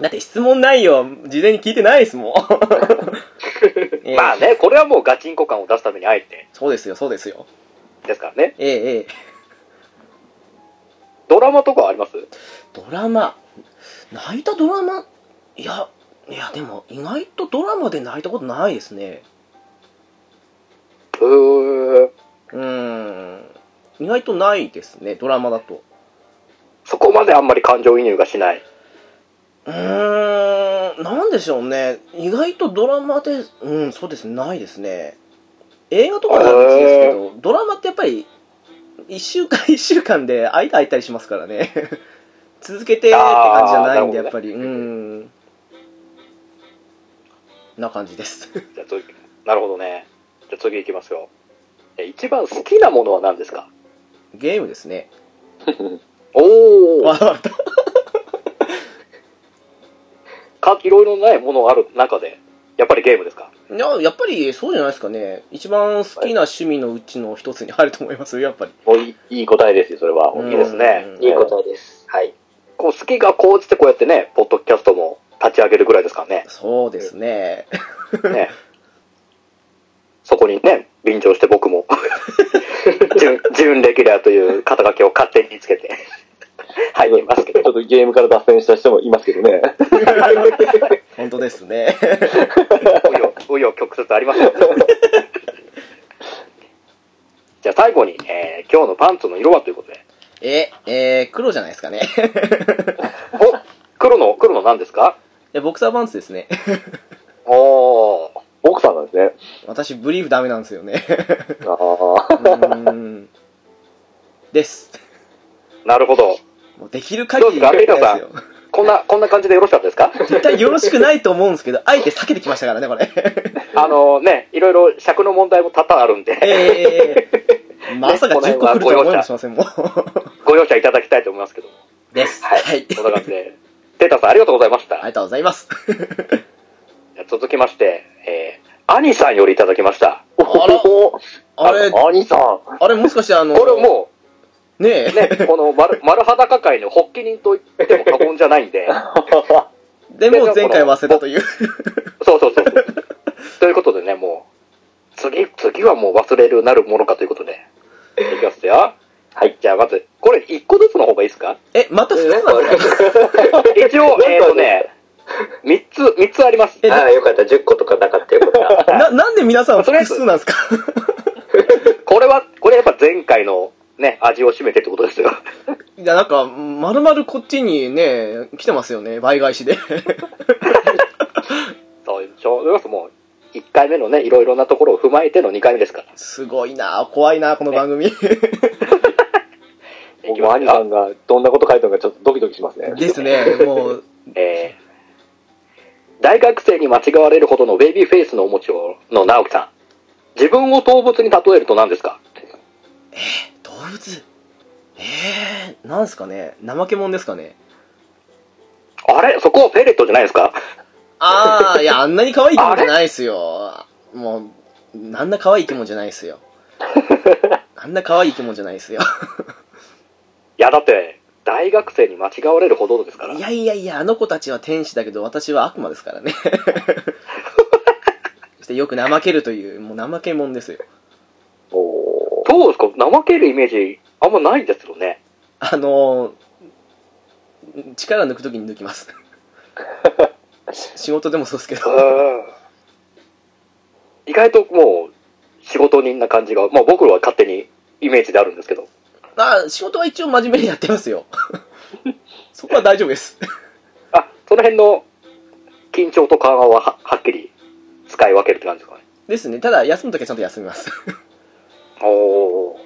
[SPEAKER 1] だって質問ないよ。事前に聞いてないです もん。ええ
[SPEAKER 2] まあね、これはもうガチンコ感を出すためにあえて
[SPEAKER 1] そうですよ、そうですよ。
[SPEAKER 2] ですからね。
[SPEAKER 1] ええええ。
[SPEAKER 2] ドラマとかはあります
[SPEAKER 1] ドラマ。泣いたドラマいや、いや、でも、意外とドラマで泣いたことないですね。
[SPEAKER 2] うん。
[SPEAKER 1] うーん。意外とないですね、ドラマだと。
[SPEAKER 2] そこまであんまり感情移入がしない。
[SPEAKER 1] うーん、なんでしょうね。意外とドラマで、うん、そうですね、ないですね。映画とかは別ですけど、ドラマってやっぱり、一週間 一週間で間空いたりしますからね。 続けてって感じじゃないんで、
[SPEAKER 2] あー
[SPEAKER 1] やっぱり、うん。な感じです。
[SPEAKER 2] じゃあ次、なるほどね。じゃあ次行きますよ。え一番好きなものは何ですか
[SPEAKER 1] ゲームですね。
[SPEAKER 2] おお。
[SPEAKER 1] あ
[SPEAKER 2] か、いろいろないものがある中で、やっぱりゲームですか
[SPEAKER 1] いや、やっぱりそうじゃないですかね。一番好きな趣味のうちの一つに入ると思いますよ、やっぱり。
[SPEAKER 4] もういいいい答えですよ、それは。
[SPEAKER 1] うん
[SPEAKER 2] いいですね
[SPEAKER 1] うん
[SPEAKER 3] いい答えです。はい。
[SPEAKER 2] こう好きが高じてこうやってね、ポッドキャストも立ち上げるぐらいですから ね。
[SPEAKER 1] そうですね。
[SPEAKER 2] ね。そこにね、便乗して僕も 準、準レギュラーという肩書きを勝手につけ て入ってますけ
[SPEAKER 4] ちょ
[SPEAKER 2] ど。
[SPEAKER 4] っとゲームから脱線した人もいますけどね。
[SPEAKER 1] 本当です ね。
[SPEAKER 2] うよ、うよ曲折ありますよ。 じゃあ最後に、えー今日のパンツの色はということで。
[SPEAKER 1] え、えー、黒じゃないですかね。
[SPEAKER 2] お黒の、黒の何ですか
[SPEAKER 1] でボクサーパンツですね。
[SPEAKER 2] おー。
[SPEAKER 4] 奥さんなんですね。
[SPEAKER 1] 私、ブリーフダメなんですよね。
[SPEAKER 4] ああ。
[SPEAKER 1] うーんです。
[SPEAKER 2] なるほど。
[SPEAKER 1] もうできる限りやりたいですよ。
[SPEAKER 2] こんな、こんな感じでよろしかったで すか
[SPEAKER 1] 絶対よろしくないと思うんですけど、あえて避けてきましたからね、こ れ。
[SPEAKER 2] あのね、いろいろ尺の問題も多々あるんで。
[SPEAKER 1] えええー、まさか10個来るとは思いもしません、もう。
[SPEAKER 2] ご容赦いただきたいと思いますけども。
[SPEAKER 1] です。
[SPEAKER 2] はい。
[SPEAKER 1] はい。
[SPEAKER 2] こんな感じで。テータさんありがとうございました。
[SPEAKER 1] ありがとうござい ます。
[SPEAKER 2] じゃあ続きまして、えー、兄さんよりいただきました。
[SPEAKER 4] お
[SPEAKER 1] あら
[SPEAKER 4] お
[SPEAKER 1] あれ、
[SPEAKER 4] 兄さん。
[SPEAKER 1] あれもしかしてあの、
[SPEAKER 2] これも
[SPEAKER 1] う、ねえ
[SPEAKER 2] う、、ね、この丸、丸裸界の発起人と言っても過言じゃないんで、
[SPEAKER 1] でもう前回忘れたという。
[SPEAKER 2] そうそう そうそう。ということでね、もう、次、次はもう忘れるなるものかということで、いきますよ。はい。じゃあまず、これ一個ずつの方がいいです か
[SPEAKER 1] え、また2つ
[SPEAKER 3] な
[SPEAKER 1] な
[SPEAKER 3] んか
[SPEAKER 1] の
[SPEAKER 3] 俺、
[SPEAKER 2] 一応、えっ、とね、三つ、三つあります。
[SPEAKER 1] え
[SPEAKER 3] ああ、よかった。10個とかなかったよかった。
[SPEAKER 1] な、なんで皆さんは複数なんですか
[SPEAKER 2] これは、これやっぱ前回のね、味を占めてってことですよ。
[SPEAKER 1] いや、なんか、まるまるこっちにね、来てますよね、倍返し で。
[SPEAKER 2] そういう、ちょうどもう、1回目のね、いろいろなところを踏まえての2回目ですから。
[SPEAKER 1] すごいな怖いなこの番組。
[SPEAKER 4] 僕も兄さんがどんなこと書いたのかちょっとドキドキしますね。
[SPEAKER 1] ですね、もう、
[SPEAKER 2] えー大学生に間違われるほどのベイビーフェイスのお持ちをの直樹さん。自分を動物に例えると何ですか
[SPEAKER 1] 動物。えー、なんすかね怠け者ですかね
[SPEAKER 2] あれそこはペレットじゃないですか
[SPEAKER 1] あー、いや、あんなに可愛い生き物じゃないですよ。もう、あんな可愛い生き物じゃないですよ。 あんな可愛い生き物じゃないですよ。
[SPEAKER 2] いや、だって、大学生に間違われるほどですから
[SPEAKER 1] い。やいやいや、あの子たちは天使だけど、私は悪魔ですからね。してよく怠けるという、もう怠け者ですよ。
[SPEAKER 4] おー
[SPEAKER 2] どうですか怠けるイメージ、あんまないですよね。
[SPEAKER 1] あのー、力抜くときに抜きます。仕事でもそうですけど。
[SPEAKER 2] 意外ともう、仕事人な感じが、まあ僕らは勝手にイメージであるんですけど。
[SPEAKER 1] あ仕事は一応真面目にやってますよ。そこは大丈夫です。
[SPEAKER 2] あ、その辺の緊張と緩和はははっきり使い分けるって感じですかね。
[SPEAKER 1] ですね。ただ、休むときはちゃんと休みます。
[SPEAKER 2] おお。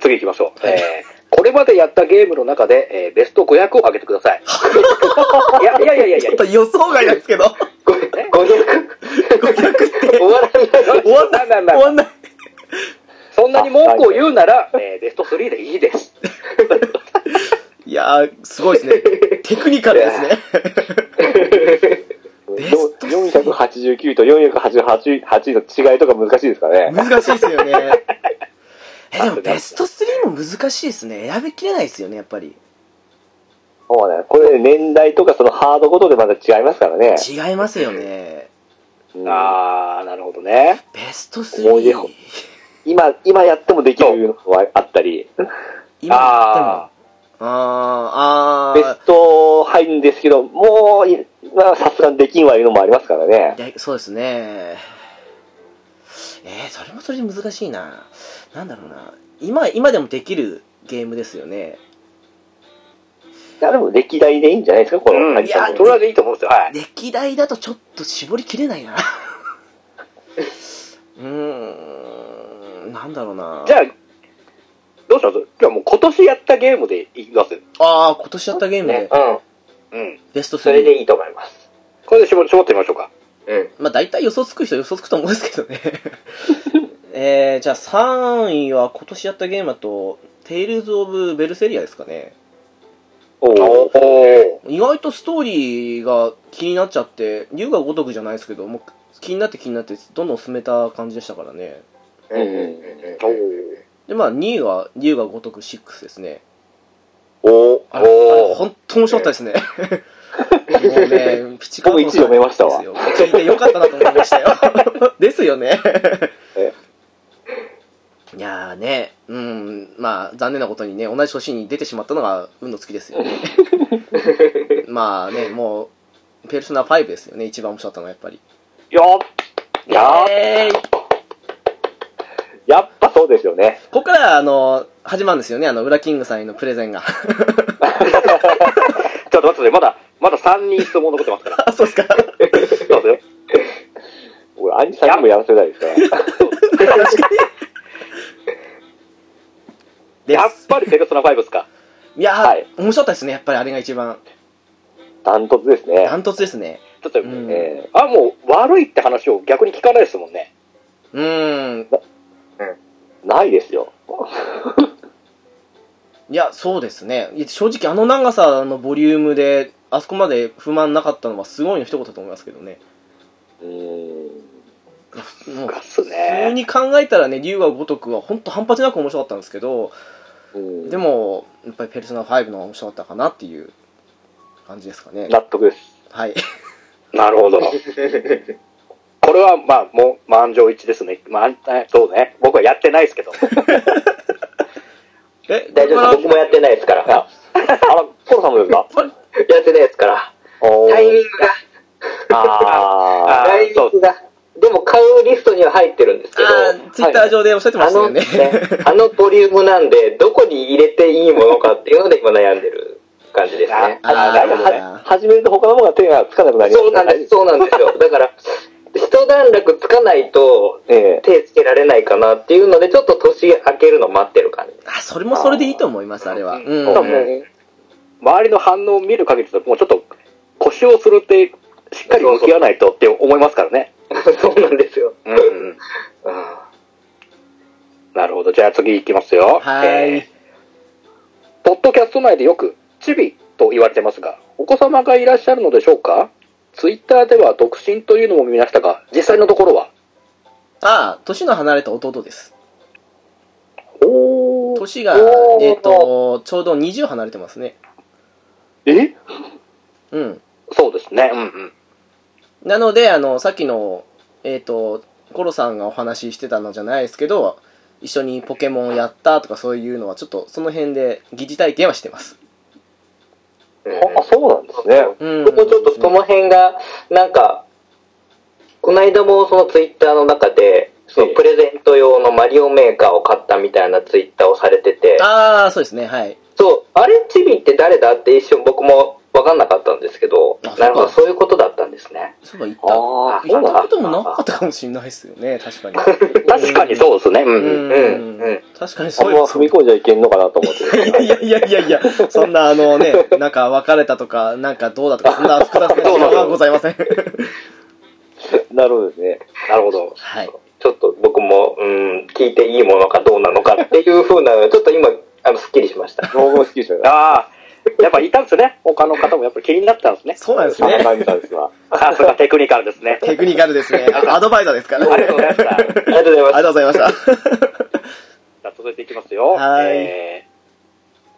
[SPEAKER 2] 次行きましょう。
[SPEAKER 1] はい
[SPEAKER 2] えー、これまでやったゲームの中で、えーベスト500を上げてくだ さい。いやいやいやいやい
[SPEAKER 1] ち
[SPEAKER 2] や
[SPEAKER 1] ょっと予想外なんですけど。
[SPEAKER 3] 終わらない。
[SPEAKER 1] 終わんない。
[SPEAKER 2] なんなんなん
[SPEAKER 1] 終わんない。
[SPEAKER 2] そんなに文句を言うなら、えーベスト3でいいです。
[SPEAKER 1] いやー、すごいですね。テクニカルですね。ベスト
[SPEAKER 4] 489と488の違いとか難しいですかね。
[SPEAKER 1] 難しいですよね。 え、でもベスト3も難しいですね。選びきれないですよね、やっぱり。
[SPEAKER 4] そうね。これ年代とかそのハードごとでまた違いますからね。
[SPEAKER 1] 違いますよね。
[SPEAKER 4] うん
[SPEAKER 2] あー、なるほどね。
[SPEAKER 1] ベスト
[SPEAKER 4] 思い出
[SPEAKER 1] 3
[SPEAKER 4] を。今、今やってもできるのはあったり、
[SPEAKER 1] 今やっ
[SPEAKER 2] あ
[SPEAKER 1] ても。あ
[SPEAKER 4] ベ
[SPEAKER 1] ー、あ
[SPEAKER 4] スト入るんですけど、もうい、まあさすがにできんわいうのもありますからね。
[SPEAKER 1] ーでそうですね。えー、それもそれで難しいな。なんだろうな。今、今でもできるゲームですよね。
[SPEAKER 4] いや、でも歴代でいいんじゃないですか、この、
[SPEAKER 2] うん
[SPEAKER 4] ハリさん
[SPEAKER 1] いや
[SPEAKER 4] の
[SPEAKER 2] とりあえずいいと思うんですよ。はい。
[SPEAKER 1] 歴代だとちょっと絞りきれないな。 うーん、なんだろうな。
[SPEAKER 2] じゃあ、どうしますじゃあもう今年やったゲームでいきます。
[SPEAKER 1] ああー、今年やったゲーム
[SPEAKER 3] ね
[SPEAKER 1] で、
[SPEAKER 3] うん。
[SPEAKER 2] うん。
[SPEAKER 1] ベスト3。
[SPEAKER 3] それでいいと思います。
[SPEAKER 2] これで絞り絞ってみましょうか。
[SPEAKER 3] うん。
[SPEAKER 1] まあ大体予想つく人は予想つくと思うんですけど ね。えー、じゃあ3位は今年やったゲームだと、テイルズ・オブ・ベルセリアですかね。
[SPEAKER 4] おー
[SPEAKER 2] お。
[SPEAKER 1] 意外とストーリーが気になっちゃって、竜が如くじゃないですけど、もう気になって気になって、どんどん進めた感じでしたからね。
[SPEAKER 3] うんうん
[SPEAKER 2] お
[SPEAKER 3] うん
[SPEAKER 1] で、まあ2位は竜が如く6ですね。
[SPEAKER 2] お
[SPEAKER 1] あれ、あれ本当面白かったですね。 もうね、ピチカート
[SPEAKER 4] 僕一位読めましたわ
[SPEAKER 1] ですよ聞いてよかったなと思いましたよ。ですよね
[SPEAKER 4] え。
[SPEAKER 1] いやーね、うん、まあ残念なことにね、同じ年に出てしまったのが運の尽きですよね。まあね、もう、ペルソナ5ですよね、一番面白かったのはやっぱり。
[SPEAKER 2] よ
[SPEAKER 1] い
[SPEAKER 2] や
[SPEAKER 1] ーイ
[SPEAKER 4] やっぱそうです よね。
[SPEAKER 1] ここから、あの、始まるんですよね、あの、ウラキングさんへのプレゼンが。
[SPEAKER 2] っちょっと待ってください。まだ、まだ3人質問残ってますから。
[SPEAKER 1] あ、そう ですか。
[SPEAKER 2] そう ですよ。
[SPEAKER 4] 俺、兄さんにもやらせないですから。
[SPEAKER 1] で
[SPEAKER 2] やっ
[SPEAKER 1] す。
[SPEAKER 2] ぱりペルソナ5ですか。
[SPEAKER 1] いやー、
[SPEAKER 4] はい
[SPEAKER 1] 面白かったですね、やっぱりあれが一番。
[SPEAKER 4] ダントツですね
[SPEAKER 1] ダ。ントツですね。
[SPEAKER 2] だって、
[SPEAKER 1] うん
[SPEAKER 4] え
[SPEAKER 2] あ、もう悪いって話を逆に聞かないですもんね。
[SPEAKER 1] うーん。
[SPEAKER 4] ーないですよ。
[SPEAKER 1] いや、そうですね。いや正直あの長さのボリュームで、あそこまで不満なかったのはすごいの一言だと思いますけどね。
[SPEAKER 4] うーん。
[SPEAKER 1] もう
[SPEAKER 2] かっす
[SPEAKER 1] 普通
[SPEAKER 2] ね。
[SPEAKER 1] に考えたらね、竜が如くは本当半端なく面白かったんですけど、
[SPEAKER 4] うん
[SPEAKER 1] でも、やっぱりペルソナ5の方が面白かったかなっていう感じですかね。
[SPEAKER 4] 納得です。
[SPEAKER 1] はい。
[SPEAKER 2] なる ほど。これは、まあ、もう、満場一致ですね。まあ、えそうね。僕はやってないですけど。
[SPEAKER 1] え、
[SPEAKER 3] 大丈夫です。
[SPEAKER 1] こ
[SPEAKER 3] 僕もやってないですから。や
[SPEAKER 4] あら、コロさんもですか
[SPEAKER 3] ってないですから。
[SPEAKER 4] お
[SPEAKER 3] タイミ
[SPEAKER 4] ー
[SPEAKER 3] ングが。
[SPEAKER 4] あ
[SPEAKER 2] あー
[SPEAKER 3] タイミングが。でも買うリストには入ってるんですけ
[SPEAKER 1] か
[SPEAKER 3] ど。
[SPEAKER 1] らあー、ツイッター上でおっしゃってま
[SPEAKER 3] あ
[SPEAKER 1] した
[SPEAKER 3] の
[SPEAKER 1] よね
[SPEAKER 3] ね。、あのボリュームなんで、どこに入れていいものかっていうので今悩んでる感じですね。
[SPEAKER 1] あー
[SPEAKER 4] ー
[SPEAKER 1] なるほど
[SPEAKER 4] は
[SPEAKER 1] な。
[SPEAKER 4] 始めると他のものが手がつかなくなります
[SPEAKER 3] そうなんです、そうなんですよ。だから、一段落つかないと、
[SPEAKER 4] ええ
[SPEAKER 3] 手つけられないかなっていうので、ちょっと年明けるの待ってる感じ。
[SPEAKER 1] あ、それもそれでいいと思います、あれは。
[SPEAKER 2] うん
[SPEAKER 1] うん。
[SPEAKER 2] ただも
[SPEAKER 1] う
[SPEAKER 2] う、周りの反応を見る限りだと、もうちょっと腰をするって、しっかり向き合わないとって思いますからね。
[SPEAKER 3] そうなんですよ。
[SPEAKER 2] うんうん。なるほど。じゃあ次行きますよ。
[SPEAKER 1] は
[SPEAKER 2] え
[SPEAKER 1] ー
[SPEAKER 2] ー
[SPEAKER 1] い。
[SPEAKER 2] ポッドキャスト内でよく、チビと言われてますが、お子様がいらっしゃるのでしょうかツイッターでは独身というのも見ましたが、実際のところは
[SPEAKER 1] ああ、年の離れた弟です。
[SPEAKER 2] お
[SPEAKER 1] 年が
[SPEAKER 2] お、ー
[SPEAKER 1] えっ、と、ちょうど20離れてますね。
[SPEAKER 4] え
[SPEAKER 1] うん。
[SPEAKER 2] そうですね。うんうん。
[SPEAKER 1] なので、あの、さっきの、えっ、と、コロさんがお話ししてたのじゃないですけど、一緒にポケモンやったとかそういうのは、ちょっとその辺で疑似体験はしてます。
[SPEAKER 4] あ、そうなんですね。
[SPEAKER 1] うん。
[SPEAKER 3] 僕もちょっとその辺が、なんか、この間もそのツイッターの中で、そのプレゼント用のマリオメーカーを買ったみたいなツイッターをされてて、
[SPEAKER 1] ああ、そうですね、はい。
[SPEAKER 3] そう、あれチビって誰だって一瞬僕も分かんなかったんですけど
[SPEAKER 1] あ、
[SPEAKER 3] なるほ
[SPEAKER 1] そう
[SPEAKER 3] ど、
[SPEAKER 1] か
[SPEAKER 3] そういうことだったんですね。
[SPEAKER 1] そういえば
[SPEAKER 4] あ
[SPEAKER 1] 行っ
[SPEAKER 4] あ、
[SPEAKER 1] た。
[SPEAKER 4] そ
[SPEAKER 1] 行
[SPEAKER 4] う
[SPEAKER 1] った
[SPEAKER 4] な
[SPEAKER 1] こ
[SPEAKER 4] んだ。
[SPEAKER 1] ともなかったかもしれないですよね、確かに。
[SPEAKER 2] 確かにそうですね。う。
[SPEAKER 1] うんん。
[SPEAKER 3] うんうん
[SPEAKER 1] 確かに
[SPEAKER 4] あ
[SPEAKER 1] そ
[SPEAKER 4] ん
[SPEAKER 1] ういえ
[SPEAKER 4] ま
[SPEAKER 1] ば
[SPEAKER 4] 踏
[SPEAKER 1] そう
[SPEAKER 4] み込んじゃいけんのかなと 思って。
[SPEAKER 1] いやいやいやいや、そんなあのね、なんか別れたとか、なんかどうだとか、そんな複雑な事情はございません。
[SPEAKER 4] なるほどですね。
[SPEAKER 3] なるほど。
[SPEAKER 1] はい。
[SPEAKER 3] ちょっと僕も、うん、聞いていいものかどうなのかっていう風なのが、 ちょっと今、あの、すっきりしました。
[SPEAKER 4] 僕も好きで したね。
[SPEAKER 2] ああ、やっぱいたんですね。他の方もやっぱり気になったんで すね。
[SPEAKER 1] そうなんです
[SPEAKER 4] 田
[SPEAKER 1] ね。
[SPEAKER 4] 中美さんですが。
[SPEAKER 2] さすがテクニカルですね。
[SPEAKER 1] テクニカルですね。アドバイザーですから。
[SPEAKER 2] ありがとうございました。
[SPEAKER 3] ありがとうござい
[SPEAKER 1] あ。りが
[SPEAKER 3] ます
[SPEAKER 1] とうございました。
[SPEAKER 2] じゃあ続いていきますよ。
[SPEAKER 1] はい
[SPEAKER 2] え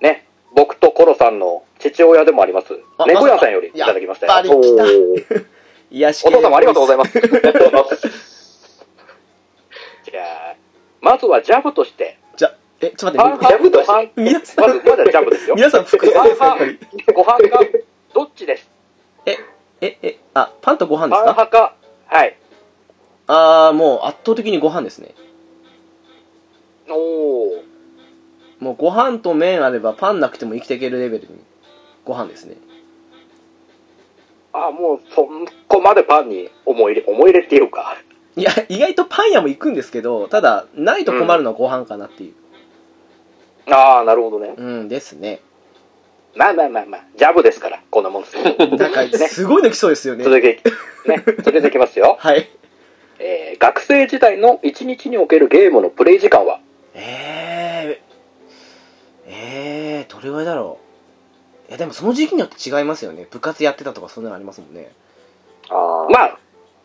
[SPEAKER 2] ーね、僕とコロさんの父親でもあります
[SPEAKER 1] あ、
[SPEAKER 2] 猫屋さんよりい
[SPEAKER 1] や
[SPEAKER 2] ただきました
[SPEAKER 1] やっぱり
[SPEAKER 2] お
[SPEAKER 1] 来た
[SPEAKER 2] ー
[SPEAKER 1] 癒し
[SPEAKER 2] お父様ありがとうござい
[SPEAKER 1] ま
[SPEAKER 2] ます。じゃあ、まずはジャブとして、
[SPEAKER 1] す。じゃ、え、ちょっと
[SPEAKER 2] 半
[SPEAKER 1] 待って。
[SPEAKER 2] 々
[SPEAKER 3] ジャブとして
[SPEAKER 2] 半々
[SPEAKER 1] 皆さん
[SPEAKER 2] まず、まずはジャブですよ。
[SPEAKER 1] 皆さん複雑
[SPEAKER 2] ご
[SPEAKER 1] ですねや
[SPEAKER 2] 飯
[SPEAKER 1] っぱり。
[SPEAKER 2] か、ご飯か、どっちです
[SPEAKER 1] え、え、え、あ、パンとご飯で
[SPEAKER 2] パ
[SPEAKER 1] す
[SPEAKER 2] ン
[SPEAKER 1] か
[SPEAKER 2] 派か、はい。
[SPEAKER 1] あー、もう圧倒的にご飯ですね。
[SPEAKER 2] おー。
[SPEAKER 1] もうご飯と麺あればパンなくても生きていけるレベルにご飯ですね。
[SPEAKER 2] あ、もう、そこまでパンに思い入れ、思い入れっていうか。
[SPEAKER 1] いや、意外とパン屋も行くんですけど、ただ、ないと困るのはご飯かなっていう。
[SPEAKER 2] ああ、なるほどね。
[SPEAKER 1] うん、ですね。
[SPEAKER 2] まあまあまあまあ、ジャブですから、こんなもん ですよ。
[SPEAKER 1] なんか、すごい抜きそうですよね。
[SPEAKER 2] 続けて、ね、続いていきますよ。
[SPEAKER 1] はい。
[SPEAKER 2] えー学生時代の1日におけるゲームのプレイ時間は
[SPEAKER 1] えー、えー、どれぐらいだろう。いや、でもその時期によって違いますよね。部活やってたとかそんなのありますもんね。
[SPEAKER 4] あ
[SPEAKER 2] まあ、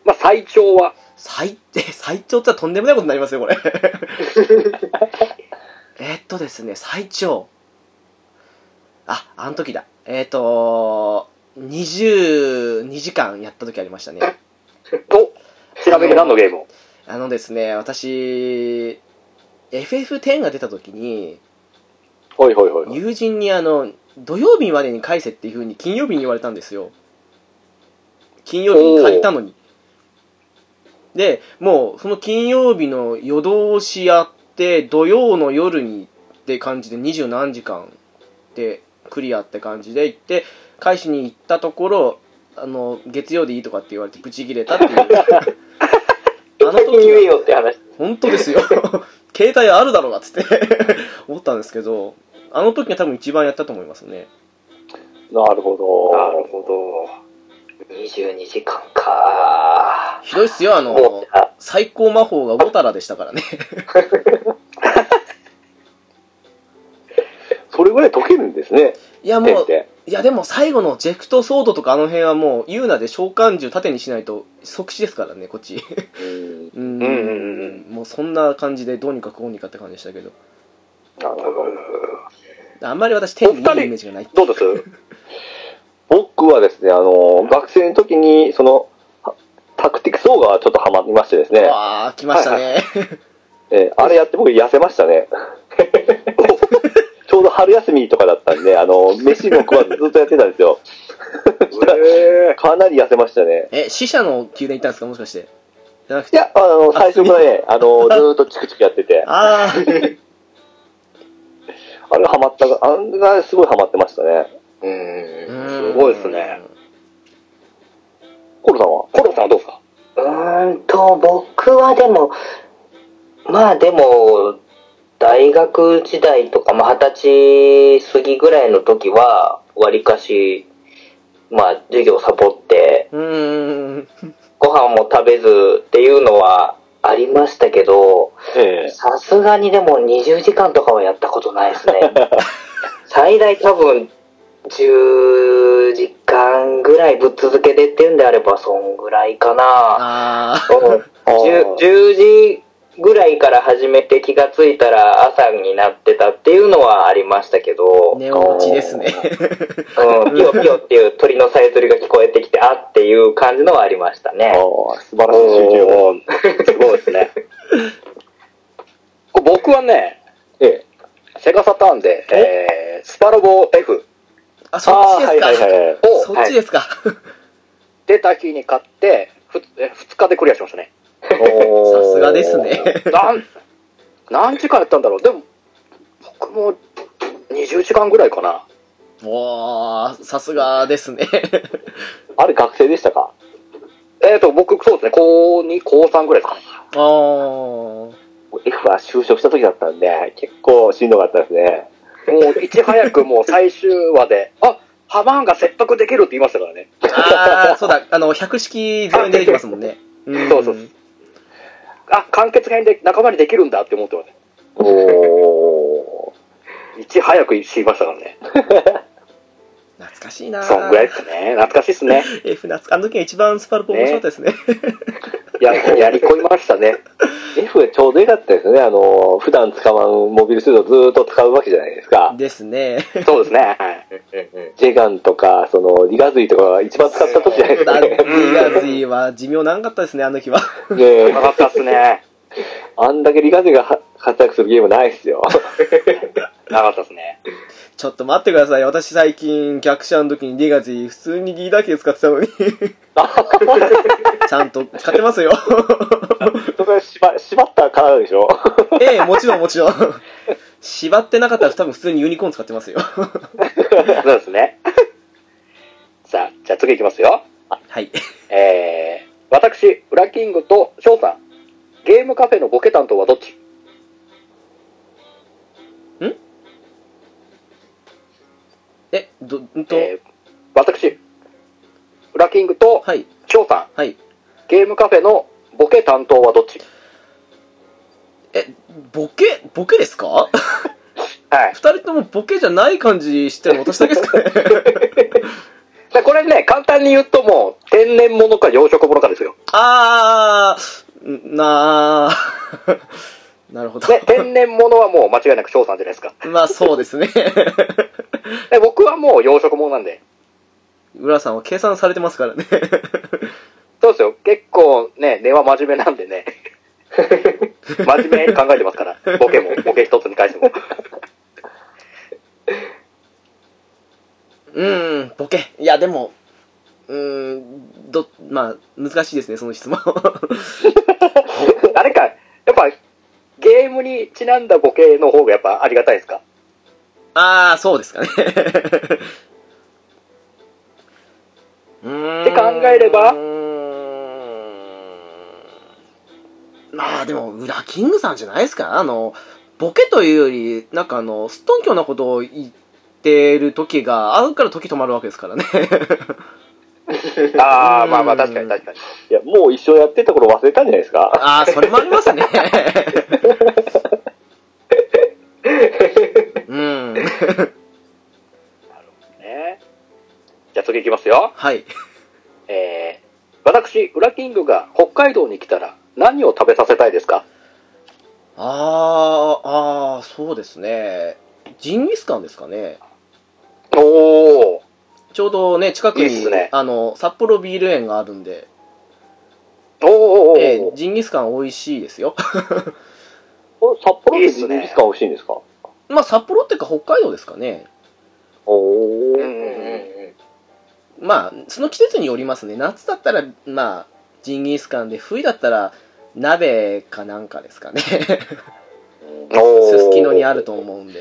[SPEAKER 2] まあ最長は、
[SPEAKER 1] 最低、最長ってのはとんでもないことになりますよ、こ れ。えっとですね、最長。あ、あの時だ。えっ、と、22時間やった時ありましたね。
[SPEAKER 2] と、ちなみに何のゲームを
[SPEAKER 1] あのですね、私、FF10 が出た時に、
[SPEAKER 4] あ。ほいほいほいほい。
[SPEAKER 1] 友人にあの、土曜日までに返せっていう風に金曜日に言われたんですよ。金曜日に借りたのに。で、もう、その金曜日の夜通しやって、土曜の夜にって感じで二十何時間でクリアって感じで行って、返しに行ったところ、あの、月曜でいいとかって言われてブチ切れたっていう。 あの
[SPEAKER 3] 先に
[SPEAKER 1] 時
[SPEAKER 3] 言え
[SPEAKER 1] は
[SPEAKER 3] よって話。
[SPEAKER 1] 本当ですよ 携帯あるだろうなっつって 思ったんですけどあの時が多分一番やったと思いますね
[SPEAKER 4] なるほど。
[SPEAKER 2] ほど。
[SPEAKER 3] 22時間か
[SPEAKER 1] ひどいっすよあ
[SPEAKER 3] も
[SPEAKER 1] の
[SPEAKER 3] う、あ
[SPEAKER 1] 最高魔法がウォタラでした からね
[SPEAKER 4] それぐらい解けるんですね。
[SPEAKER 1] いや
[SPEAKER 4] ペン
[SPEAKER 1] も
[SPEAKER 4] っ
[SPEAKER 1] う
[SPEAKER 4] て。
[SPEAKER 1] いやでも最後のジェクトソードとかあの辺はもうユーナで召喚獣盾にしないと即死ですからねこっち
[SPEAKER 4] うん。
[SPEAKER 1] うーん
[SPEAKER 2] うんうんうん
[SPEAKER 1] もうそんな感じでどうにかこうにかって感じでしたけど
[SPEAKER 4] なるほど。
[SPEAKER 1] あんまり私手にいいイメージがない
[SPEAKER 2] どうです
[SPEAKER 4] 僕はですね、あの、学生の時に、その、タクティクスオーガーちょっとハマりましてですね、
[SPEAKER 1] わあ来ました ね
[SPEAKER 4] えーあれやって僕痩せましたね。ちょうど春休みとかだったんで、あの、飯も食わずずっとやってたんですよ。
[SPEAKER 2] え
[SPEAKER 4] かなり痩せましたね。
[SPEAKER 1] え死者の宮殿行ったんですかもしかしてじゃなく
[SPEAKER 4] い
[SPEAKER 1] て
[SPEAKER 4] や、あの、最初からね、 あの、ずーっとチクチクやってて、
[SPEAKER 1] ああ
[SPEAKER 4] あれハマった、あれがすごいハマってましたね。
[SPEAKER 3] うん。
[SPEAKER 1] す
[SPEAKER 2] ごいっすね
[SPEAKER 4] コロさんは
[SPEAKER 2] コロさんはどうですか
[SPEAKER 3] うーんと、僕はでも、まあでも、大学時代とか、まあ二十歳過ぎぐらいの時は、わりかし、まあ授業サボって、
[SPEAKER 1] うーん。
[SPEAKER 3] ご飯も食べずっていうのはありましたけど、
[SPEAKER 4] ええ
[SPEAKER 3] さすがにでも20時間とかはやったことない ですね。最大多分10時間ぐらいぶっ続けてっていうんであれば、そんぐらいかな。
[SPEAKER 1] あ
[SPEAKER 3] うん
[SPEAKER 4] あ
[SPEAKER 3] 10,
[SPEAKER 4] ー
[SPEAKER 3] 10時ぐらいから始めて気がついたら朝になってたっていうのはありましたけど、
[SPEAKER 1] 寝落ちですね。
[SPEAKER 3] うん、ピヨピヨっていう鳥のさえずりが聞こえてきて、あっていう感じのはありましたね。
[SPEAKER 4] ああ、素晴らしい集中力。
[SPEAKER 2] すごいですね。僕はね、
[SPEAKER 4] ええ。
[SPEAKER 2] セガサターンで、えースパロボ F
[SPEAKER 1] あ、そ
[SPEAKER 4] あ
[SPEAKER 1] っ
[SPEAKER 4] あ、
[SPEAKER 1] ち
[SPEAKER 4] は
[SPEAKER 1] で
[SPEAKER 4] い
[SPEAKER 1] すか。
[SPEAKER 4] はいはい。
[SPEAKER 2] を
[SPEAKER 1] そっちですか。
[SPEAKER 2] 出た日に買って、ふえ2日でクリアしましたね。
[SPEAKER 1] さ
[SPEAKER 4] さ
[SPEAKER 1] すがです。ね。
[SPEAKER 2] なん、何時間やったんだろう。でも、僕も20時間ぐらいかな。
[SPEAKER 1] おー、さすがですね。
[SPEAKER 4] あれ学生でしたか
[SPEAKER 2] えっ、と、僕、そうですね、高2、高3ぐらいですかね。
[SPEAKER 1] あー。
[SPEAKER 4] ?F は就職した時だったんで、結構しんどかったですね。
[SPEAKER 2] もう、いち早くもう最終話 で、あハマーンが切迫できるって言いましたからね。
[SPEAKER 1] あー、そうだ、あの、百式全員出てきますもんね。ん
[SPEAKER 2] そうそうそうあ、完結編で仲間にできるんだって思ってまし
[SPEAKER 4] おー。
[SPEAKER 2] た。いち早く知りましたからね。
[SPEAKER 1] 懐かしいな
[SPEAKER 2] そんぐらいですね。懐かしいですね。
[SPEAKER 1] F 懐かあの時が一番スパルポ面白かったですね。
[SPEAKER 2] や、やり込みましたね。
[SPEAKER 4] F がちょうどよかったですね。あの、普段使わんモビルスーツをずーっと使うわけじゃないですか。
[SPEAKER 1] ですね。
[SPEAKER 2] そうですね。はい。
[SPEAKER 4] ジェガンとか、その、リガズイとかが一番使った時じゃないです
[SPEAKER 1] ダ
[SPEAKER 4] か、
[SPEAKER 1] デ
[SPEAKER 4] ね。
[SPEAKER 1] ィガズイは寿命長かったですね、あの時は。
[SPEAKER 4] ねえ
[SPEAKER 2] なかったっすね。
[SPEAKER 4] あんだけリガズイがは活躍するゲームないっすよ。
[SPEAKER 2] なかったっすね。
[SPEAKER 1] ちょっと待ってください。私最近逆者の時にディガズイ普通に D だけで使ってたのに。ちゃんと使ってますよ。
[SPEAKER 4] それは縛縛ったからでしょ。
[SPEAKER 1] ええ、もちろんもちろん。縛ってなかったら多分普通にユニコーン使ってますよ。
[SPEAKER 2] そうですね。さあ、じゃあ次いきますよ。
[SPEAKER 1] はい。
[SPEAKER 2] えー、私、ウラキングと翔さん。ゲームカフェのボケ担当はどっち
[SPEAKER 1] え、ど、んと、
[SPEAKER 2] えー、私、ウラキングと
[SPEAKER 1] はい、
[SPEAKER 2] 翔さん。
[SPEAKER 1] はい。
[SPEAKER 2] ゲームカフェのボケ担当はどっち
[SPEAKER 1] え、ボケ、ボケですか
[SPEAKER 2] はい
[SPEAKER 1] 二。人ともボケじゃない感じしてるの私だけです かね
[SPEAKER 2] じゃあこれね、簡単に言うともう、天然物か養殖物かですよ。
[SPEAKER 1] あー、んなー。 なるほど。
[SPEAKER 2] ね、天然物はもう間違いなく翔さんじゃないですか。
[SPEAKER 1] まあそうですね。
[SPEAKER 2] で僕はもう養殖物なんで。
[SPEAKER 1] 浦さんは計算されてますからね。
[SPEAKER 2] そうですよ。結構 ね、根は真面目なんで ね。真面目に考えてますから。ボケも、ボケ一つに関しても。
[SPEAKER 1] うーん、ボケ。いや、でも、うーん、ど、まあ、難しいですね、その質 問。
[SPEAKER 2] あれか、やっぱ、ゲームにちなんだボケの方がやっぱありがたいですか
[SPEAKER 1] あー、そうですかね。うーん。
[SPEAKER 2] って考えれば
[SPEAKER 1] うーんまあ、でも、ウラキングさんじゃないですかあの、ボケというより、なんかあの、すっとんきょうなことを言ってる時が、合うから時止まるわけですからね。
[SPEAKER 2] あ
[SPEAKER 1] う
[SPEAKER 2] あ、
[SPEAKER 1] ん
[SPEAKER 2] まあまあ確かに確かに。
[SPEAKER 4] いや、もう一生やってた頃忘れたんじゃないですか。
[SPEAKER 1] ああ、それもありますね。うん。
[SPEAKER 2] ね、じゃあ次いきますよ。
[SPEAKER 1] はい。
[SPEAKER 2] えー、私、ウラキングが北海道に来たら何を食べさせたいですか
[SPEAKER 1] あー、あー、そうですね。ジンギスカンですかね。
[SPEAKER 2] おー、
[SPEAKER 1] ちょうどね、近くに、
[SPEAKER 2] いいっすね
[SPEAKER 1] あの、札幌ビール園があるんで、
[SPEAKER 2] おーおーおー、
[SPEAKER 1] えージンギスカン美味しいですよ。
[SPEAKER 4] お札幌ってジンギスカン美味しいんですか
[SPEAKER 1] まあ、札幌っていうか北海道ですかね。
[SPEAKER 4] お
[SPEAKER 2] うんうんうん
[SPEAKER 4] ー。
[SPEAKER 2] うん
[SPEAKER 1] まあ、その季節によりますね。夏だったら、まあ、ジンギスカンで、冬だったら、鍋かなんかですかね。
[SPEAKER 2] おー
[SPEAKER 1] すすきのにあると思うんで。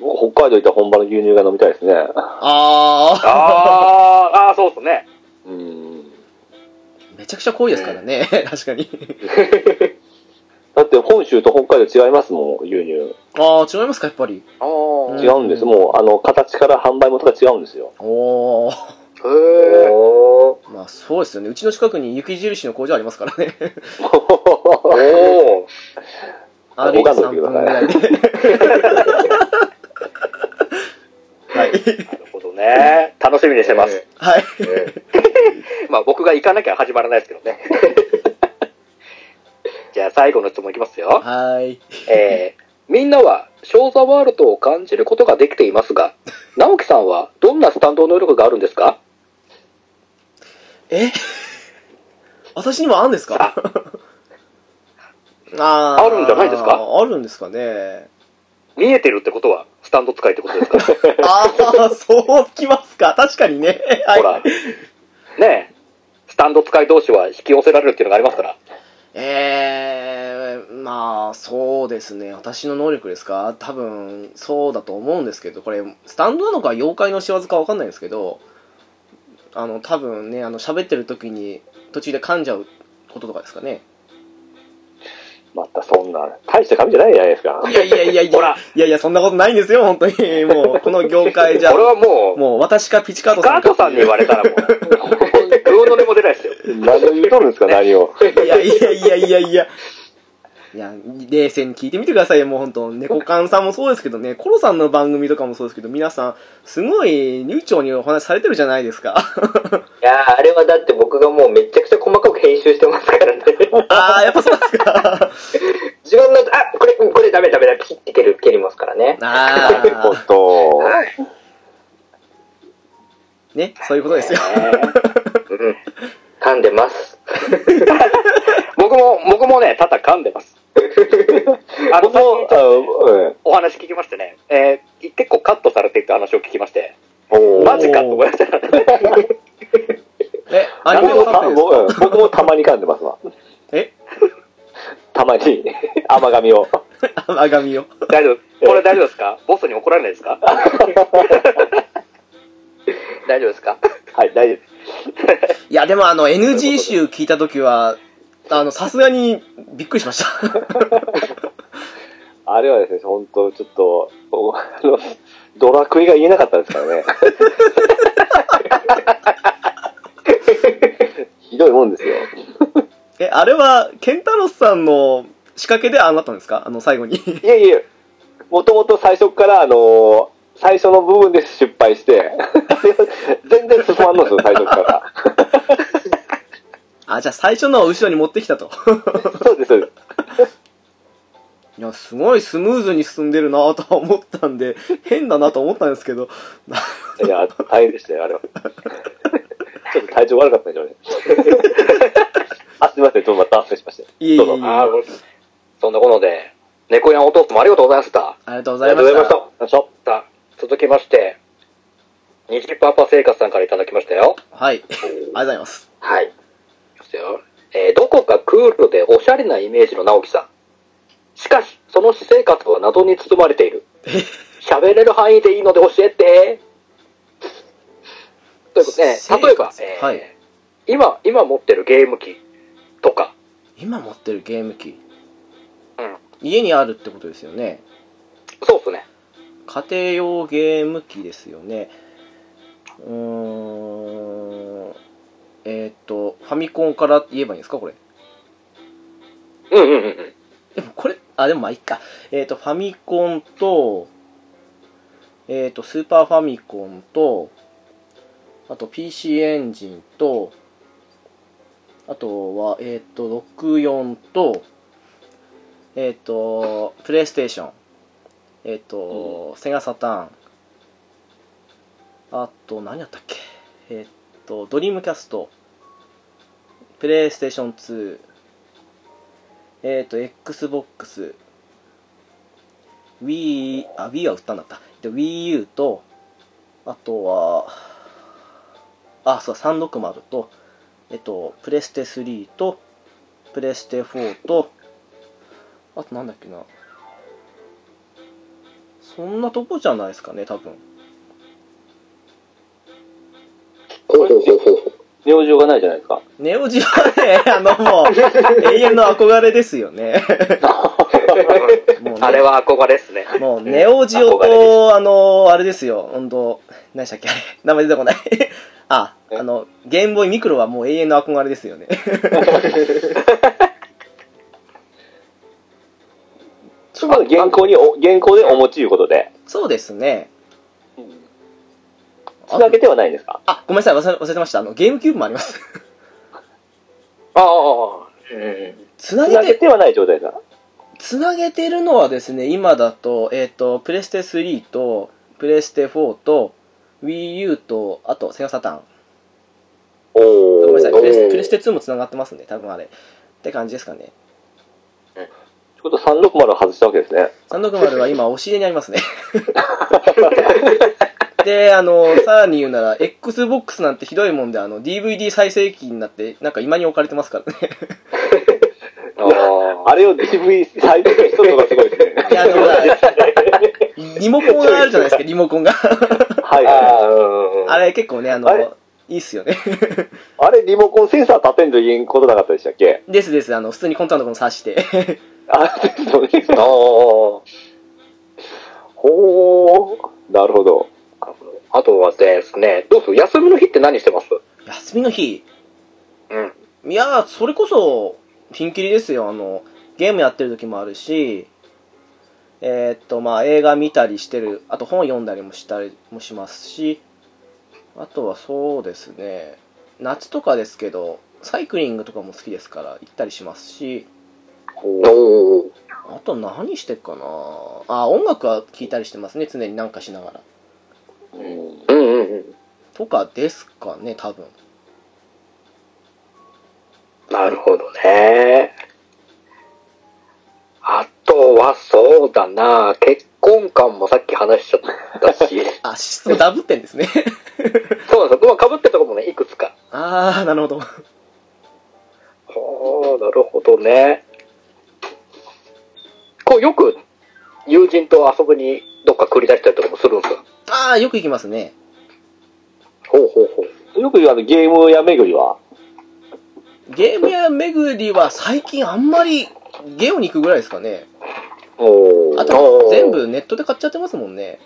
[SPEAKER 4] 僕北海道行ったら本場の牛乳が飲みたいですね。
[SPEAKER 1] あー。
[SPEAKER 2] あー、あーそうっすね。
[SPEAKER 4] うん。
[SPEAKER 1] めちゃくちゃ濃いですからね、確かに。
[SPEAKER 4] だって本州と北海道違いますもん、牛乳。
[SPEAKER 1] ああ、違いますか、やっぱり。
[SPEAKER 2] お
[SPEAKER 1] うん
[SPEAKER 4] 違うんです。もう、あの、形から販売元が違うんですよ。
[SPEAKER 1] おお。
[SPEAKER 2] へー。
[SPEAKER 3] おー
[SPEAKER 1] まあ、そうですよね。うちの近くに雪印の工場ありますから ね。
[SPEAKER 2] おー。
[SPEAKER 1] 歩いて3分ぐらいで。はい。
[SPEAKER 2] なるほどね。楽しみにしてます。
[SPEAKER 1] はい。
[SPEAKER 2] まあ僕が行かなきゃ始まらないですけどね。じゃあ最後の質問いきますよ。
[SPEAKER 1] はーい。
[SPEAKER 2] えー、みんなは、ショーザワールドを感じることができています が、直樹さんはどんなスタンド能力があるんですか
[SPEAKER 1] え私にもあるんですかあー
[SPEAKER 2] あるんじゃないですか
[SPEAKER 1] あるんですかね。
[SPEAKER 2] 見えてるってことは、スタンド使いってことです か
[SPEAKER 1] ああ、そうきますか。確かにね。はい
[SPEAKER 2] ほら、ねえ、スタンド使い同士は引き寄せられるっていうのがありますから。
[SPEAKER 1] えー、まあ、そうですね。私の能力ですか多分、そうだと思うんですけど、これ、スタンドなのか妖怪の仕業かわかんないんですけど、あの、多分ね、あの、喋ってる時に途中で噛んじゃうこととかですかね。
[SPEAKER 4] またそんな、大した紙じゃないじゃないですか。
[SPEAKER 1] いやいやいやいや、
[SPEAKER 2] ほら
[SPEAKER 1] いやいや、そんなことないんですよ、本当に。もう、この業界じゃ
[SPEAKER 2] こ、れはもう、
[SPEAKER 1] もう私かピチカートさ
[SPEAKER 2] ガ
[SPEAKER 1] ん
[SPEAKER 2] ート
[SPEAKER 1] か。
[SPEAKER 2] さんに言われたら もう、グーの音も出ないですよ。
[SPEAKER 4] 何を言うとるんですか、何を。
[SPEAKER 1] いやいやいやいやいや。いや、冷静に聞いてみてくださいよ、もう本当猫缶さんもそうですけどね、コロさんの番組とかもそうですけど、皆さん、すごい流暢にお話しされてるじゃないですか。
[SPEAKER 3] いやーあれはだって僕がもうめちゃくちゃ細かく編集してますから ね。
[SPEAKER 1] ああ、やっぱそうですか。
[SPEAKER 3] 自分の、あ、これ、うんこれダメダメだ、ピシッて蹴る、蹴りますからね。
[SPEAKER 1] あ
[SPEAKER 4] ほ
[SPEAKER 1] あ、
[SPEAKER 4] んと。
[SPEAKER 1] ね、そういうことですよ。
[SPEAKER 3] うん。噛んでます。
[SPEAKER 2] 僕も、僕もね、ただ噛んで ます。あの、
[SPEAKER 4] 僕
[SPEAKER 2] 最
[SPEAKER 4] も
[SPEAKER 2] 近ちょっ
[SPEAKER 4] あ
[SPEAKER 2] と
[SPEAKER 4] うん
[SPEAKER 2] お話聞きましてね、えー結構カットされてるって話を聞きまして、
[SPEAKER 4] おー
[SPEAKER 2] マジかと思い ました。
[SPEAKER 1] え、アニメ
[SPEAKER 4] 僕
[SPEAKER 1] の
[SPEAKER 4] も
[SPEAKER 1] カッ
[SPEAKER 4] た
[SPEAKER 1] プですか
[SPEAKER 4] 僕僕もたまに噛んでますわ。
[SPEAKER 1] え、
[SPEAKER 4] たま に、甘噛みを。
[SPEAKER 1] 甘神よ。
[SPEAKER 2] 大丈夫これ大丈夫ですかボスに怒られないですか大丈夫ですか
[SPEAKER 4] はい、大丈夫です。
[SPEAKER 1] いや、でもあの、NG 集聞いたときは、あの、さすがにびっくりしました。
[SPEAKER 4] あれはですね、本当ちょっと、おあの、ドラクエが言えなかったですから ね。ひどいもんですよ。
[SPEAKER 1] え、あれは、ケンタロスさんの仕掛けでああなったんですかあの、最後に。
[SPEAKER 4] いやいや、もともと最初から、あの、最初の部分で失敗して、 全然進まんのですよ、最初から。
[SPEAKER 1] あ、じゃあ最初のを後ろに持ってきたと。
[SPEAKER 4] そうです、そうです。
[SPEAKER 1] いや、すごいスムーズに進んでるなとは思ったん で、変だなと思ったんですけど、
[SPEAKER 4] いや、大変でしたよ、あれは。ちょっと体調悪かったんじゃない あ、すみません、ちょっとまた失礼しました。
[SPEAKER 1] いえいえい
[SPEAKER 4] ど
[SPEAKER 1] え
[SPEAKER 4] うぞ。
[SPEAKER 2] あーそんなことで、猫やんお父さんもありがとうございました。
[SPEAKER 1] ありがとうござ
[SPEAKER 2] あ
[SPEAKER 1] いました。
[SPEAKER 2] りがとうございました。さあ、続きまして、虹パパ生活さんからいただきましたよ。
[SPEAKER 1] はい。ありがとうございます。
[SPEAKER 3] はい。
[SPEAKER 2] ですよ。えーどこかクールでおしゃれなイメージの直樹さん。しかし、その私生活は謎に包まれている。喋れる範囲でいいので教えて。ということで、ね
[SPEAKER 1] 私生、活
[SPEAKER 2] 例えば、えー
[SPEAKER 1] はい
[SPEAKER 2] 今、今持ってるゲーム機とか、
[SPEAKER 1] 今持ってるゲーム機、
[SPEAKER 2] うん、
[SPEAKER 1] 家にあるってことですよね。
[SPEAKER 2] そうっすね。
[SPEAKER 1] 家庭用ゲーム機ですよね。うーん。えーっと、ファミコンから言えばいいんですかこれ。
[SPEAKER 2] うんうんうんうん。
[SPEAKER 1] でもこれ、あ、でもまあいいか。えっ、と、ファミコンと、えっ、と、スーパーファミコンと、あと PC エンジンと、あとは、えっ、と、64と、えっ、と、プレイステーション、えっ、と、セガサターン、あと、何やったっけえっ、と、ドリームキャスト、プレイステーション2、えっ、ー、と、Xbox、Wii、あ、Wii は売ったんだった。で Wii U と、あとは、あ、そう、360と、えっと、プレステ3と、プレステ4と、あとなんだっけな。そんなとこじゃないですかね、多分。
[SPEAKER 3] そうそうそうそう。
[SPEAKER 4] 病状がないじゃないですか。
[SPEAKER 1] ネオジオはね、あのもう、永遠の憧れですよね。もうね
[SPEAKER 2] あれは憧れっすね。
[SPEAKER 1] もう、ネオジオ
[SPEAKER 2] 憧れで
[SPEAKER 1] と、あの、あれですよ、本当何でしたっけ、あれ、名前出てこない。あ、
[SPEAKER 4] え
[SPEAKER 1] あの、ゲームボーイミクロはもう永遠の憧れですよね。
[SPEAKER 4] ちょっと原稿にお、原稿でお持ちいうことで、
[SPEAKER 1] そうですね。
[SPEAKER 4] つなげてはないんですか
[SPEAKER 1] あ、ごめんなさい、忘れ忘れてました。あの、ゲームキューブもあります。
[SPEAKER 2] ああ、
[SPEAKER 3] うん。
[SPEAKER 1] つなげ
[SPEAKER 4] 投げ
[SPEAKER 1] て、
[SPEAKER 4] てはない状態だ。
[SPEAKER 1] つなげてるのはですね、今だと、えっ、と、プレステ3と、プレステ4と、Wii U と、あと、セガサターン。
[SPEAKER 2] お
[SPEAKER 1] ごめんなさい、
[SPEAKER 2] お
[SPEAKER 1] プレスプレステ2もつながってますね、多分あれ。って感じですかね。
[SPEAKER 4] ちょっと360を外したわけですね。
[SPEAKER 1] 360は今、押し入れにありますね。で、あの、さらに言うなら、Xbox なんてひどいもんで、あの、DVD 再生機になって、なんか今に置かれてますからね。
[SPEAKER 4] あれを DV 再生したのがすごいです ね。
[SPEAKER 1] いや、あの、ほらリモコンがあるじゃないですか、リモコンが。
[SPEAKER 4] はいはい。
[SPEAKER 3] ああ、うん。
[SPEAKER 1] あれ結構ね、あの
[SPEAKER 4] あれ、
[SPEAKER 1] いいっすよね。
[SPEAKER 4] あれ、リモコンセンサー立てんといけんことなかったでしたっけ
[SPEAKER 1] ですです、あの、普通にコントのところ刺して。
[SPEAKER 4] あ、そうね。
[SPEAKER 3] あー
[SPEAKER 4] ほー。なるほど。
[SPEAKER 2] あとはですね、どうする休みの日って何してます
[SPEAKER 1] 休みの日。
[SPEAKER 2] うん。
[SPEAKER 1] いやー、それこそ、ピンキリですよ。あの、ゲームやってる時もあるし、えーっと、まあ、映画見たりしてる、あと本読んだりもしたりもしますし、あとはそうですね、夏とかですけど、サイクリングとかも好きですから、行ったりしますし、
[SPEAKER 2] おお。
[SPEAKER 1] あと何してっかなあ、音楽は聴いたりしてますね、常になんかしながら。
[SPEAKER 4] うん
[SPEAKER 2] うんうんうん。
[SPEAKER 1] とかですかね、多分。
[SPEAKER 2] なるほどね。あとはそうだな、結婚観もさっき話しちゃった し。
[SPEAKER 1] あ、質問ダブってんですね。
[SPEAKER 2] そうなんですよ。まあ、被ってたとこもね、いくつか。
[SPEAKER 1] あー、なるほど。
[SPEAKER 2] ほう、なるほどね。こう、よく友人と遊びにどっか繰り出したりとかもするんですか
[SPEAKER 1] あー、よく行きますね。
[SPEAKER 2] ほうほうほう。
[SPEAKER 4] よく言うあのゲームや巡りは、
[SPEAKER 1] ゲーム屋巡りは最近あんまりゲオに行くぐらいですかね。
[SPEAKER 4] お
[SPEAKER 1] あ
[SPEAKER 4] ー
[SPEAKER 1] と全部ネットで買っちゃってますもんね。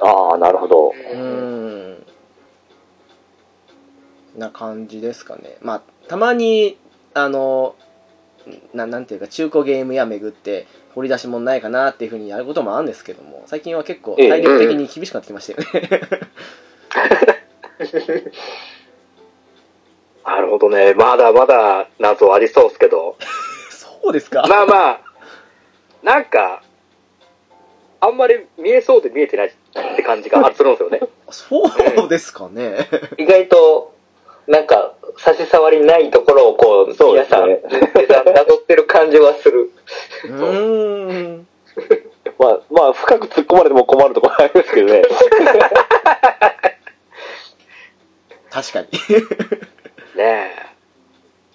[SPEAKER 4] ああ、なるほど。
[SPEAKER 1] うーん。な感じですかね。まあ、たまに、あの、ななんていうか中古ゲーム屋巡って掘り出し物ないかなっていうふうにやることもあるんですけども、最近は結構
[SPEAKER 4] ええ
[SPEAKER 1] 体力的に厳しくなってきましたよ ね。
[SPEAKER 2] なるほどね。まだまだ謎ありそうですけど。
[SPEAKER 1] そうですか
[SPEAKER 2] まあまあ、なんか、あんまり見えそうで見えてないって感じがするんですよね。
[SPEAKER 1] そうですかね。
[SPEAKER 3] 意外と、なんか、差し障りないところをこう、
[SPEAKER 4] そう
[SPEAKER 3] 皆
[SPEAKER 4] です
[SPEAKER 3] さん、
[SPEAKER 4] ね
[SPEAKER 3] なぞってる感じはする。
[SPEAKER 1] うーん。
[SPEAKER 4] まあ、まあ、深く突っ込まれても困るところありますけど ね。
[SPEAKER 1] 確かに。
[SPEAKER 2] ねえ。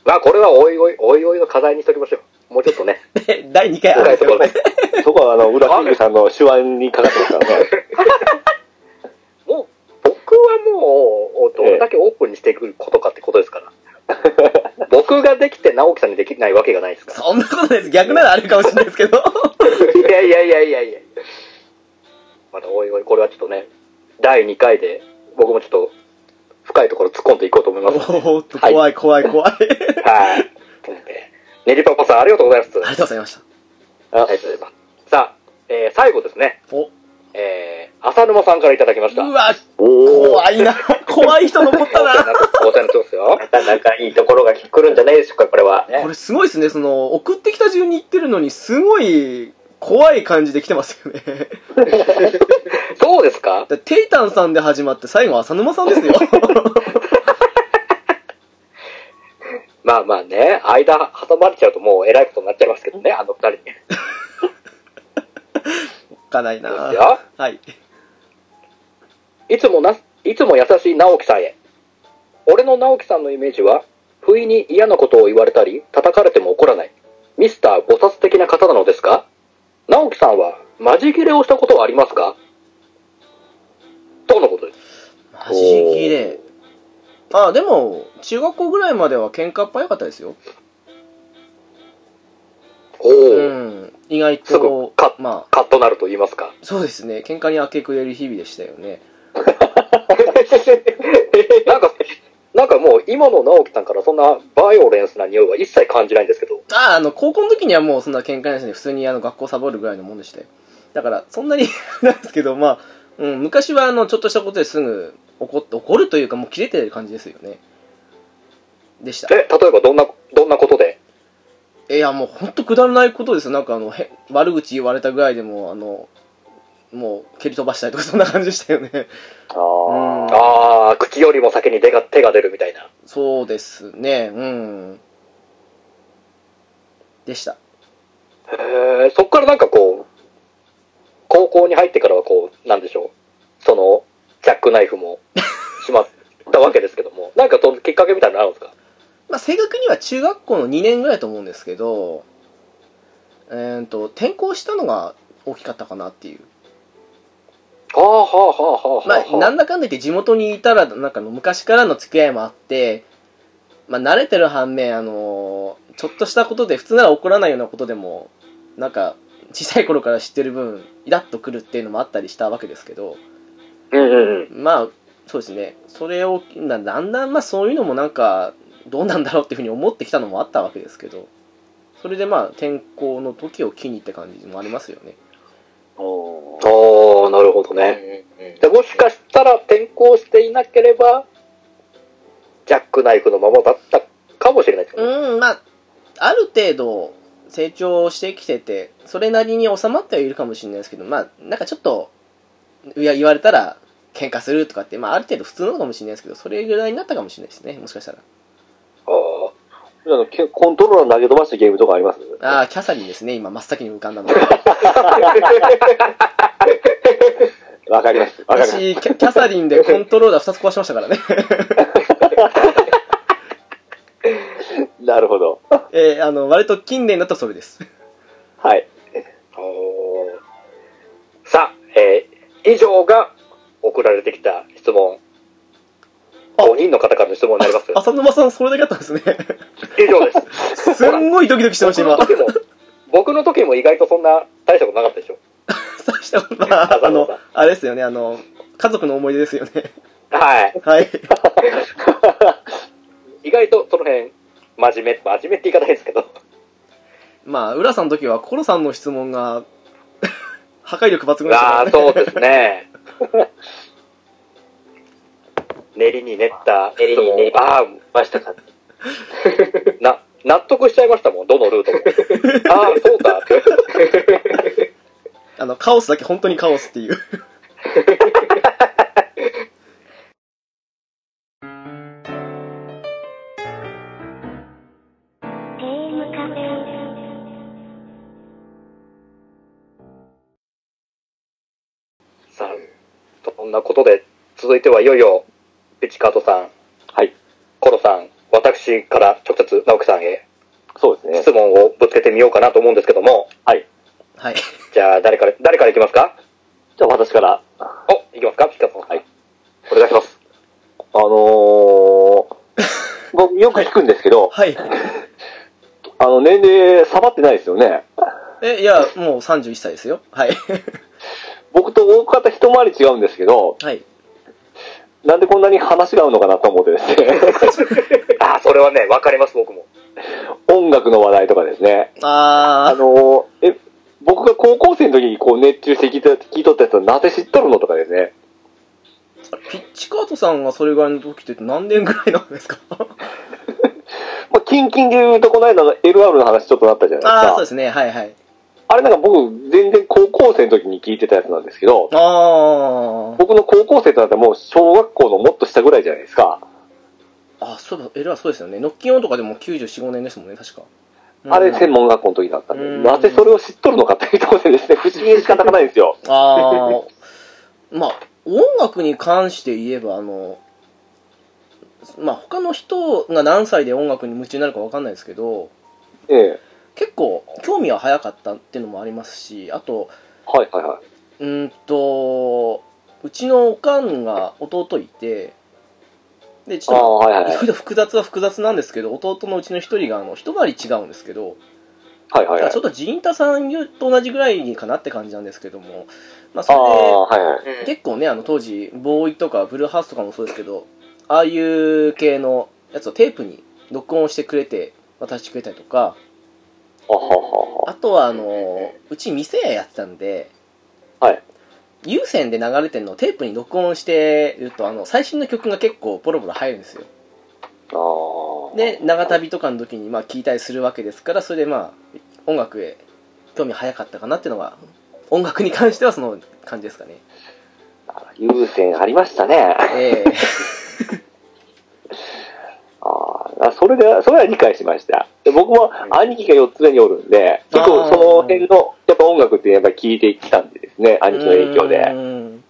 [SPEAKER 2] まあこれはおいおい、おいおいの課題にしときましょう。もうちょっとね、
[SPEAKER 1] で第2回あるん
[SPEAKER 2] 深
[SPEAKER 1] で
[SPEAKER 2] い
[SPEAKER 1] す
[SPEAKER 2] と
[SPEAKER 1] よ
[SPEAKER 2] ころで。
[SPEAKER 4] そこは、あの、裏キングさんの手腕にかかってますからね。
[SPEAKER 2] もう、僕はもう、どれだけオープンにしていくことかってことですから。僕ができて直樹さんにできないわけがないですか
[SPEAKER 1] そんなことないです。逆ならあるかもしれないですけど。
[SPEAKER 2] ら。いやいやいやいやいやまだおいおい、これはちょっとね、第2回で、僕もちょっと、深いところ突っ込んでいこうと思います。
[SPEAKER 1] おーっと、怖い怖い怖い。ありがと
[SPEAKER 2] はい。ねりぱぱさん、ありがとうございます。
[SPEAKER 1] うございました。
[SPEAKER 4] あ
[SPEAKER 2] ありがとうございます。さあ、えー最後ですね、
[SPEAKER 1] お、
[SPEAKER 2] えー、浅沼さんからいただきました。
[SPEAKER 1] うわ、
[SPEAKER 4] おー
[SPEAKER 1] 怖いな。怖い人残った
[SPEAKER 2] お世話に
[SPEAKER 1] な。
[SPEAKER 2] なってお世話になってますよ。
[SPEAKER 3] なかなかいいところが来るんじゃないでしょうか、これは。
[SPEAKER 1] これすごいですね。その、送ってきた順に言ってるのに、すごい、怖い感じで来てますよね。だか
[SPEAKER 2] そうですから
[SPEAKER 1] テイタンさんで始まって、最後浅沼さんですよ。
[SPEAKER 2] まあまあね、間挟まれちゃうともうえらいことになっちゃいますけどね、あの二人に。
[SPEAKER 1] おっかない
[SPEAKER 2] そう
[SPEAKER 1] な
[SPEAKER 2] です。よ。
[SPEAKER 1] はい。
[SPEAKER 2] いつもな、いつも優しい直樹さんへ。俺の直樹さんのイメージは、不意に嫌なことを言われたり、叩かれても怒らない。ミスター菩薩的な方なのですか直樹さんは、マジ切れをしたことはありますかとのことです。
[SPEAKER 1] マジ切れ。あ、でも、中学校ぐらいまでは喧嘩っ早かったですよ。
[SPEAKER 2] お
[SPEAKER 1] う
[SPEAKER 2] お、
[SPEAKER 1] ん。意外
[SPEAKER 2] すぐ
[SPEAKER 1] と
[SPEAKER 2] カ、
[SPEAKER 1] ま
[SPEAKER 2] カッとなると言いますか
[SPEAKER 1] あ、。そうですね。喧嘩に明け暮れる日々でしたよね。
[SPEAKER 2] なんか、なんかもう今の直樹さんからそんなバイオレンスな匂いは一切感じないんですけど。
[SPEAKER 1] ああ、あの、高校の時にはもうそんな喧嘩ないしね、普通にあの、学校サボるぐらいのもんでしたよ。だから、そんなに、 なんですけど、まあ、うん、昔はあの、ちょっとしたことですぐ怒って、怒るというか、もう切れてる感じですよね。でした
[SPEAKER 2] え、。例えばどんな、どんなことで
[SPEAKER 1] えいや、もう本当くだらないことですよ。なんかあの、へ悪口言われたぐらいでも、あの、もう蹴り飛ばしたりとか、そんな感じでしたよね。
[SPEAKER 4] あー、
[SPEAKER 1] うん
[SPEAKER 3] ああ、口よりも先に手が手が出るみたいな。
[SPEAKER 1] そうですね、うん。でした。
[SPEAKER 3] へえ、そっからなんかこう、高校に入ってからはこう、なんでしょう。その、ジャックナイフもしまったわけですけども、なんかときっかけみたいなのあるんですか
[SPEAKER 1] まあ、正確には中学校の2年ぐらいだと思うんですけど、えー、と転校したのが大きかったかなっていう、
[SPEAKER 3] はあはあはあは
[SPEAKER 1] まあ、なんだかんだ言って地元にいたらなんかの昔からの付き合いもあって、まあ、慣れてる反面、あのーちょっとしたことで普通なら怒らないようなことでもなんか小さい頃から知ってる分イラッとくるっていうのもあったりしたわけですけど
[SPEAKER 3] うんうんうん。
[SPEAKER 1] まあそうですねそれをなだんだんまあそういうのもなんかどうなんだろうっていうふうに思ってきたのもあったわけですけどそれでまあ転校の時を機にって感じもありますよね
[SPEAKER 4] おー
[SPEAKER 3] ああ、なるほどね。でもしかしたら転校していなければ、ジャックナイフのままだったかもしれないですよね。
[SPEAKER 1] うんまあある程度成長してきててそれなりに収まってはいるかもしれないですけどまあなんかちょっといや言われたら喧嘩するとかって、まあ、ある程度普通なのかもしれないですけどそれぐらいになったかもしれないですねもしかしたら
[SPEAKER 3] あ
[SPEAKER 4] あのけコントローラー投げ飛ばしたゲームとかあります
[SPEAKER 1] ああキャサリンですね今真っ先に浮かんだ のが
[SPEAKER 4] わかります。わかります。
[SPEAKER 1] 私キャキャサリンでコントローラー2つ壊しましたからね
[SPEAKER 4] なるほど。
[SPEAKER 1] えーあの割と近年だとそれです。
[SPEAKER 4] はい。
[SPEAKER 3] あーさあ、えー以上が送られてきた質問。
[SPEAKER 1] あ
[SPEAKER 3] 5人の方からの質問になります。
[SPEAKER 1] 浅沼さん、それだけだったんですね。
[SPEAKER 3] 以上です。
[SPEAKER 1] すんごいドキドキしてました、
[SPEAKER 3] 僕 の
[SPEAKER 1] 今。
[SPEAKER 3] 時も、僕の時も意外とそんな大したことなかったでしょ。
[SPEAKER 1] 大したことまあ、あの、あれですよね、あの、家族の思い出ですよね。
[SPEAKER 3] はい。
[SPEAKER 1] はい。
[SPEAKER 3] 意外とその辺、真面目、真面目って言い方ないですけど。
[SPEAKER 1] まあ、浦さんの時は、コロさんの質問が、 破壊力抜群でした
[SPEAKER 3] あ
[SPEAKER 1] か
[SPEAKER 3] あ
[SPEAKER 1] ら
[SPEAKER 3] ー、
[SPEAKER 1] ね。
[SPEAKER 3] そうですね。練りに練った。
[SPEAKER 2] 練りに練り
[SPEAKER 3] ああ、
[SPEAKER 2] ましたか
[SPEAKER 3] な、納得しちゃいましたもん、どのルート も。ああ、そうだって。
[SPEAKER 1] あの、カオスだけ本当にカオスっていう。
[SPEAKER 5] ゲームカフェ。
[SPEAKER 3] さあ、そんなことで、続いてはいよいよ、ピチカートさん、
[SPEAKER 4] はい。
[SPEAKER 3] コロさん、私から直接直樹さんへ
[SPEAKER 4] そうですね
[SPEAKER 3] 質。問をぶつけてみようかなと思うんですけども、
[SPEAKER 4] はい。
[SPEAKER 1] はい。
[SPEAKER 3] じゃあ誰から、誰からいきますか
[SPEAKER 4] じゃあ私から。
[SPEAKER 3] お、いきますかピチカートさん。
[SPEAKER 4] はい。
[SPEAKER 3] お願いします。
[SPEAKER 4] あの ー、僕よく聞くんですけど、
[SPEAKER 1] はい。
[SPEAKER 4] あの、年齢下がってないですよね。
[SPEAKER 1] え、いや、もう31歳ですよ。はい。
[SPEAKER 4] 僕と大方一回り違うんですけど、
[SPEAKER 1] はい。
[SPEAKER 4] なんでこんなに話が合うのかなと思ってですね。
[SPEAKER 3] ああ、それはね、わかります、僕も。
[SPEAKER 4] 音楽の話題とかですね。あ
[SPEAKER 1] あー、
[SPEAKER 4] のー、え、僕が高校生の時にこう熱中して聞いた聞いとったやつはなぜ知っとるのとかですね。
[SPEAKER 1] ピッチカートさんがそれぐらいの時って何年ぐらいなんですか
[SPEAKER 4] まあ、キンキンで言うとこの間の LR の話ちょっとなったじゃない
[SPEAKER 1] あー、そう
[SPEAKER 4] で
[SPEAKER 1] です
[SPEAKER 4] か。
[SPEAKER 1] すね。はいはい。
[SPEAKER 4] あれなんか僕全然高校生の時に聞いてたやつなんですけど、
[SPEAKER 1] あー。
[SPEAKER 4] 僕の高校生となったらもう小学校のもっと下ぐらいじゃないですか。
[SPEAKER 1] あ、そうだ、エルはそうですよね。ノッキンオンとかでも94、5年ですもんね、確か。
[SPEAKER 4] あれ専
[SPEAKER 1] 門。
[SPEAKER 4] 門学校の時だったんで、
[SPEAKER 1] うん
[SPEAKER 4] なぜそれを知っとるのかっていうところでですね、不思議で仕方がないんですよ。
[SPEAKER 1] ああ、まあ、音楽に関して言えば、あの、まあ、他の人が何歳で音楽に夢中になるかわかんないですけど、
[SPEAKER 4] ええ。
[SPEAKER 1] 結構、興味は早かったっていうのもありますし、あと、
[SPEAKER 4] はいはいはい。
[SPEAKER 1] うーんと、うちのおかんが弟いて、で、ち
[SPEAKER 4] あ
[SPEAKER 1] ょっと
[SPEAKER 4] あ、はいはいはい。
[SPEAKER 1] 複雑は複雑なんですけど、弟のうちの一人が、あの、一回り違うんですけど、
[SPEAKER 4] は
[SPEAKER 1] だ
[SPEAKER 4] いはい
[SPEAKER 1] か
[SPEAKER 4] は
[SPEAKER 1] ら
[SPEAKER 4] い
[SPEAKER 1] ちょ。っとジンタさんと同じぐらいかなって感じなんですけども、まあ、
[SPEAKER 4] ああ、
[SPEAKER 1] そ
[SPEAKER 4] はいはい。
[SPEAKER 1] れで結構ねあの当時ボーイとかブルーハースとかもそうですけどああいう系のやつをテープに録音してくれて渡してくれたりとか
[SPEAKER 4] あははは。
[SPEAKER 1] あとはあのうち店屋やってたんで、
[SPEAKER 4] はい
[SPEAKER 1] 有線で流れてるのをテープに録音してるとあの最新の曲が結構ボロボロ入るんですよ
[SPEAKER 4] ああ。
[SPEAKER 1] で長旅とかの時にまあ聞いたりするわけですからそれでまあ音楽へ興味早かったかなっていうのが音楽に関してはその感じですかね
[SPEAKER 4] 優先ありましたね。
[SPEAKER 1] ええ
[SPEAKER 4] ああ、それで、それは理解しました。で僕も兄貴が4つ目におるんで、結構
[SPEAKER 1] あー
[SPEAKER 4] その辺の、やっぱ音楽ってやっぱり聴いてきたんでですね、兄貴の影響
[SPEAKER 1] う
[SPEAKER 4] で。
[SPEAKER 1] ん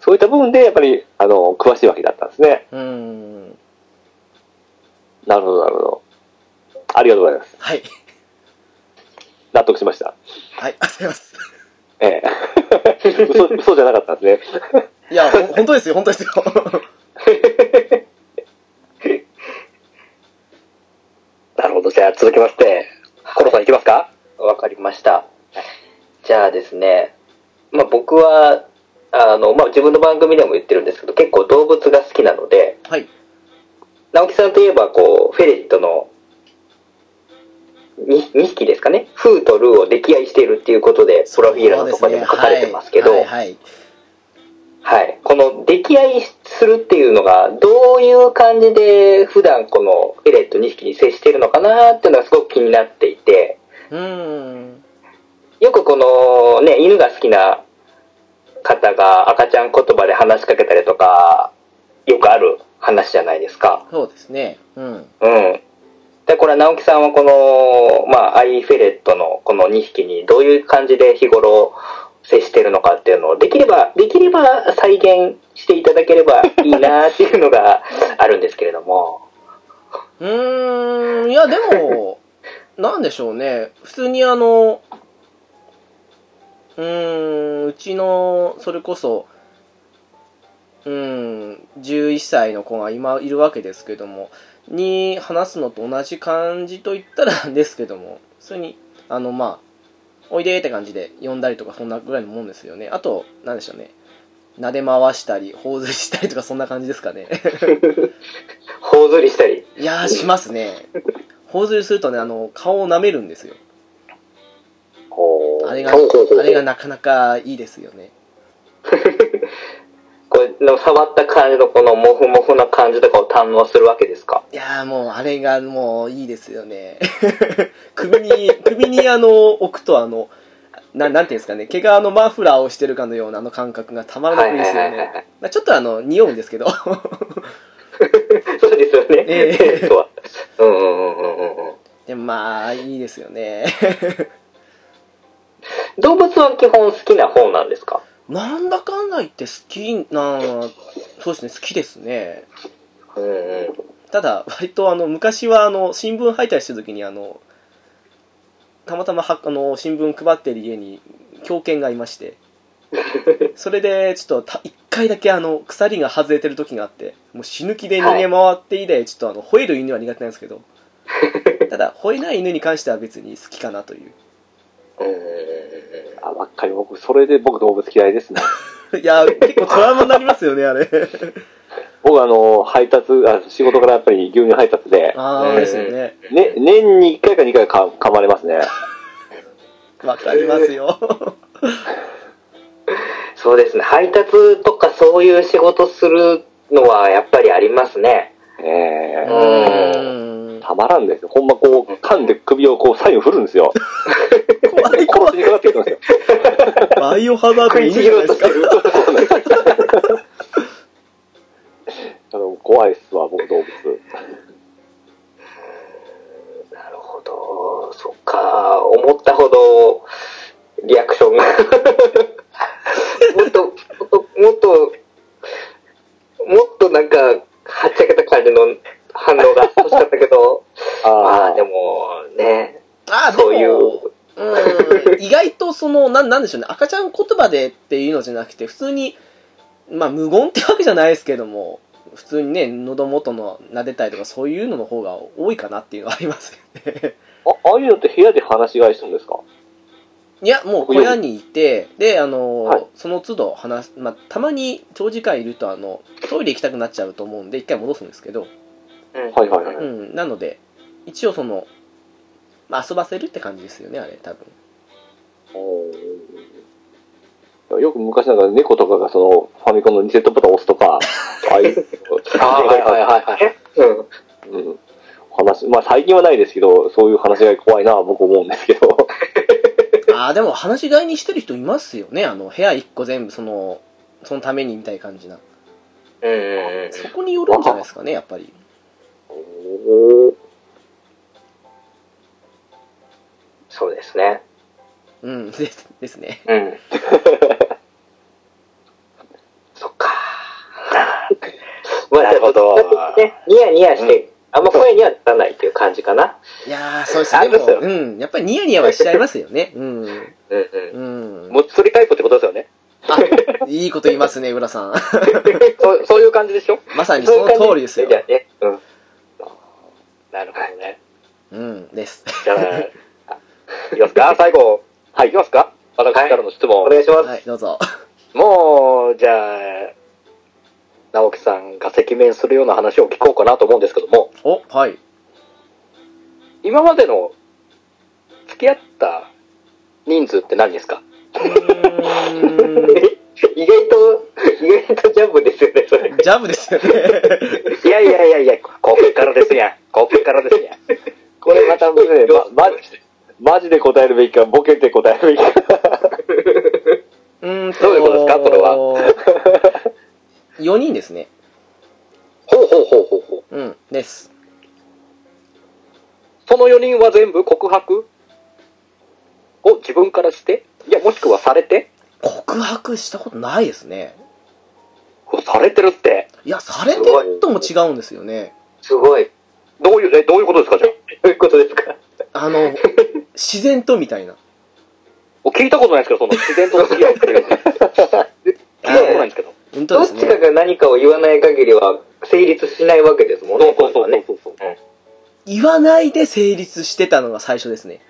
[SPEAKER 4] そういった部分で、やっぱり、あの、詳しいわけだったんですね。
[SPEAKER 1] うん
[SPEAKER 4] なるほど、なるほど。ありがとうございます。
[SPEAKER 1] はい
[SPEAKER 4] 納得しました。
[SPEAKER 1] はいありがとうございます
[SPEAKER 4] ええ。 嘘、嘘じゃなかったんですね。
[SPEAKER 1] いやほ本当ですよ本当ですよ
[SPEAKER 6] なるほど。じゃあ続きまして、コロさんいきますか
[SPEAKER 3] わかりました。じゃあですね、まあ、僕は、あの、まあ、自分の番組でも言ってるんですけど、結構動物が好きなので、
[SPEAKER 1] はい
[SPEAKER 3] 直樹さんといえば、こう、フェレットの 2, 2匹ですかね、フーとルーを溺愛しているっていうことで、プロフィールのとこにも書かれてますけど、
[SPEAKER 1] そうですねはいはい
[SPEAKER 3] はい。この、溺愛するっていうのが、どういう感じで、普段このフェレット2匹に接しているのかなっていうのがすごく気になっていて、
[SPEAKER 1] うーん
[SPEAKER 3] よくこの、ね、犬が好きな方が赤ちゃん言葉で話しかけたりとか、よくある話じゃないですか。
[SPEAKER 1] そうですねうん
[SPEAKER 3] うん。で、これは直樹さんはこの、まあ、アイフェレットのこの2匹にどういう感じで日頃接してるのかっていうのをできれば、できれば再現していただければいいなっていうのがあるんですけれども。
[SPEAKER 1] うーん、いや、でも、なんでしょうね。普通にあの、うーん、うちの、それこそ、うーん、11歳の子が今いるわけですけども、に話すのと同じ感じと言ったら ですけども、普通に、あの、まあ、おいでーって感じで呼んだりとか、そんなぐらいのもんですよね。あと、なんでしょうね。撫で回したり、頬ずりしたりとか、そんな感じですかね。
[SPEAKER 3] 頬ずりしたり。
[SPEAKER 1] いやー、しますね。頬ずりするとね、あの、顔を舐めるんですよ。
[SPEAKER 4] ほう
[SPEAKER 1] あれが、
[SPEAKER 6] ほうほうほう
[SPEAKER 1] あれがなかなかいいですよね。
[SPEAKER 3] こうの触った感じのこのモフモフな感じとかを堪能するわけですか。
[SPEAKER 1] いやー、もう、あれがもう、いいですよね。 首に、首にあの、置くとあの、ななんていうんですかね、毛皮のマフラーをしてるかのようなあの感覚がたまらなくいいですよ
[SPEAKER 3] はいはいはいは
[SPEAKER 1] ね。まあちょっとあの、匂うんですけど。
[SPEAKER 3] そうですよね。
[SPEAKER 1] ええ
[SPEAKER 3] そうはうんうんうんうんうんうん。
[SPEAKER 1] でもまあ、いいですよね。
[SPEAKER 3] 動物は基本好きな方なんですか
[SPEAKER 1] なんだかんだ言って好きな、そうですね、好きですね。
[SPEAKER 3] うんうん。
[SPEAKER 1] ただ割とあの昔はあの新聞配達した時にあのたまたまはあの新聞配ってる家に狂犬がいましてそれでちょっとた一回だけあの鎖が外れてる時があってもう死ぬ気で逃げ回って以来ちょっとあの吠える犬は苦手なんですけどただ吠えない犬に関しては別に好きかなという
[SPEAKER 3] うんうんうんうん
[SPEAKER 4] あ、ばっかり僕、それで僕動物嫌いですね。
[SPEAKER 1] いや結構トラウマになりますよねあれ
[SPEAKER 4] 僕あの、配達、あ仕事からやっぱり牛乳配達で、
[SPEAKER 1] ああですよね
[SPEAKER 4] ね、年に1回か2回か噛まれますね。
[SPEAKER 1] わかりますよ
[SPEAKER 3] そうですね。配達とかそういう仕事するのはやっぱりありますね。
[SPEAKER 4] え
[SPEAKER 1] う
[SPEAKER 4] え
[SPEAKER 1] ーん
[SPEAKER 4] たまらんですよ。ほんまこう、噛んで首をこう、左右振る んですよ。
[SPEAKER 1] 怖い怖
[SPEAKER 4] 殺し
[SPEAKER 1] い
[SPEAKER 4] にかかってきてますよ。
[SPEAKER 1] バイオハザード
[SPEAKER 3] 食
[SPEAKER 1] いい
[SPEAKER 3] い
[SPEAKER 1] ん
[SPEAKER 3] ち
[SPEAKER 1] じ
[SPEAKER 3] ぎ
[SPEAKER 1] ゃない
[SPEAKER 3] ろう
[SPEAKER 1] で
[SPEAKER 3] と
[SPEAKER 1] す
[SPEAKER 3] して
[SPEAKER 1] か
[SPEAKER 3] る。
[SPEAKER 4] あの、怖いっすわ、僕動物。
[SPEAKER 3] なるほど。そっか。思ったほどリアクションが。 もっと、もっと、もっと、もっとなんか、はっちゃけた感じの反応が欲しかったけ ど、まあでもね、
[SPEAKER 1] ああ、でも
[SPEAKER 3] そういう、
[SPEAKER 1] うん意外とその、なん、なんでしょうね、赤ちゃん言葉でっていうのじゃなくて、普通に、まあ無言ってわけじゃないですけども、普通にね、喉元の撫でたりとかそういうのの方が多いかなっていうのはありますよね。
[SPEAKER 4] あ、ああいうのって部屋で話し合いしてるんですか
[SPEAKER 1] いや、もう小屋にいて、で、あの、
[SPEAKER 4] はい
[SPEAKER 1] その都度話す、まあたまに長時間いると、あの、トイレ行きたくなっちゃうと思うんで、一回戻すんですけど、
[SPEAKER 4] はいはいは
[SPEAKER 1] う
[SPEAKER 4] い。
[SPEAKER 1] ん、なので、一応その、まあ遊ばせるって感じですよね、あれ、多分。
[SPEAKER 4] よく昔なんか猫とかがそのファミコンのリセット ボタンを押すとか、ああいう、
[SPEAKER 3] ああ、はいはいはいはい。うん。
[SPEAKER 4] うん、話、まあ最近はないですけど、そういう話が怖いな、僕思うんですけど。
[SPEAKER 1] ああ、でも話し飼いにしてる人いますよね。あの、部屋一個全部その、そのためにみたいな感じな。
[SPEAKER 3] うんうんうん。
[SPEAKER 1] そこによるんじゃないですかね、やっぱり。
[SPEAKER 3] そうですね。
[SPEAKER 1] うん、 ですですね。
[SPEAKER 3] うん。そっか。まあ、
[SPEAKER 2] なるほど
[SPEAKER 3] ちょっとね、ニヤニヤして、あんま声には出さないっていう感じかな。
[SPEAKER 1] いやー、そうですね。で
[SPEAKER 2] あそ
[SPEAKER 1] も
[SPEAKER 2] う
[SPEAKER 1] うん、やっぱりニヤニヤはしちゃいますよね。うん。
[SPEAKER 3] うんうん。
[SPEAKER 1] うん。
[SPEAKER 2] もっそりタイプってことですよね。
[SPEAKER 1] あ、いいこと言いますね、浦さん。
[SPEAKER 2] そうそういう感じでしょ
[SPEAKER 1] まさにその通りですよ
[SPEAKER 3] じ。ゃあね、うん。
[SPEAKER 2] なるほどね。
[SPEAKER 1] うん、です。
[SPEAKER 2] じゃあ、いきます か最後。はい。いきますか私からの質問。
[SPEAKER 3] お願いします。
[SPEAKER 1] はい、どうぞ。
[SPEAKER 2] もう、じゃあ、直樹さんが赤面するような話を聞こうかなと思うんですけども、
[SPEAKER 1] お、はい。
[SPEAKER 2] 今までの付き合った人数って何ですか
[SPEAKER 1] うーん
[SPEAKER 3] 意外と、意外とジャブですよね、それ。
[SPEAKER 1] ジャブですよね。
[SPEAKER 2] いやいやいやいや、こっからですやん。こっからですやん。
[SPEAKER 4] これまたね、ま、ま、マジで答えるべきか、ボケて答えるべきか。
[SPEAKER 1] うーんと。
[SPEAKER 2] ど ういうことですかこれ
[SPEAKER 1] は。4人ですね。
[SPEAKER 2] ほうほうほうほうほう。
[SPEAKER 1] うん、です。
[SPEAKER 2] その4人は全部告白を自分からして、いや、もしくはされて、
[SPEAKER 1] 告白したことないですね。
[SPEAKER 2] うわされてるって、
[SPEAKER 1] いや、されてるとも違うんですよね。
[SPEAKER 3] すごい。
[SPEAKER 2] どういう、え、どういうことですかじゃあ。
[SPEAKER 3] どういうことですか
[SPEAKER 1] あの、自然とみたいな。
[SPEAKER 2] お聞いたことないですけど、その自然と付き合うって いう。聞いたことないんですけど。
[SPEAKER 1] 本当で
[SPEAKER 3] どっ
[SPEAKER 1] す
[SPEAKER 3] ちか
[SPEAKER 1] ね。
[SPEAKER 3] が何かを言わない限りは成立しないわけですもん
[SPEAKER 2] そう
[SPEAKER 3] ね。
[SPEAKER 2] そうそうそうそう。
[SPEAKER 1] 言わないで成立してたのが最初ですね。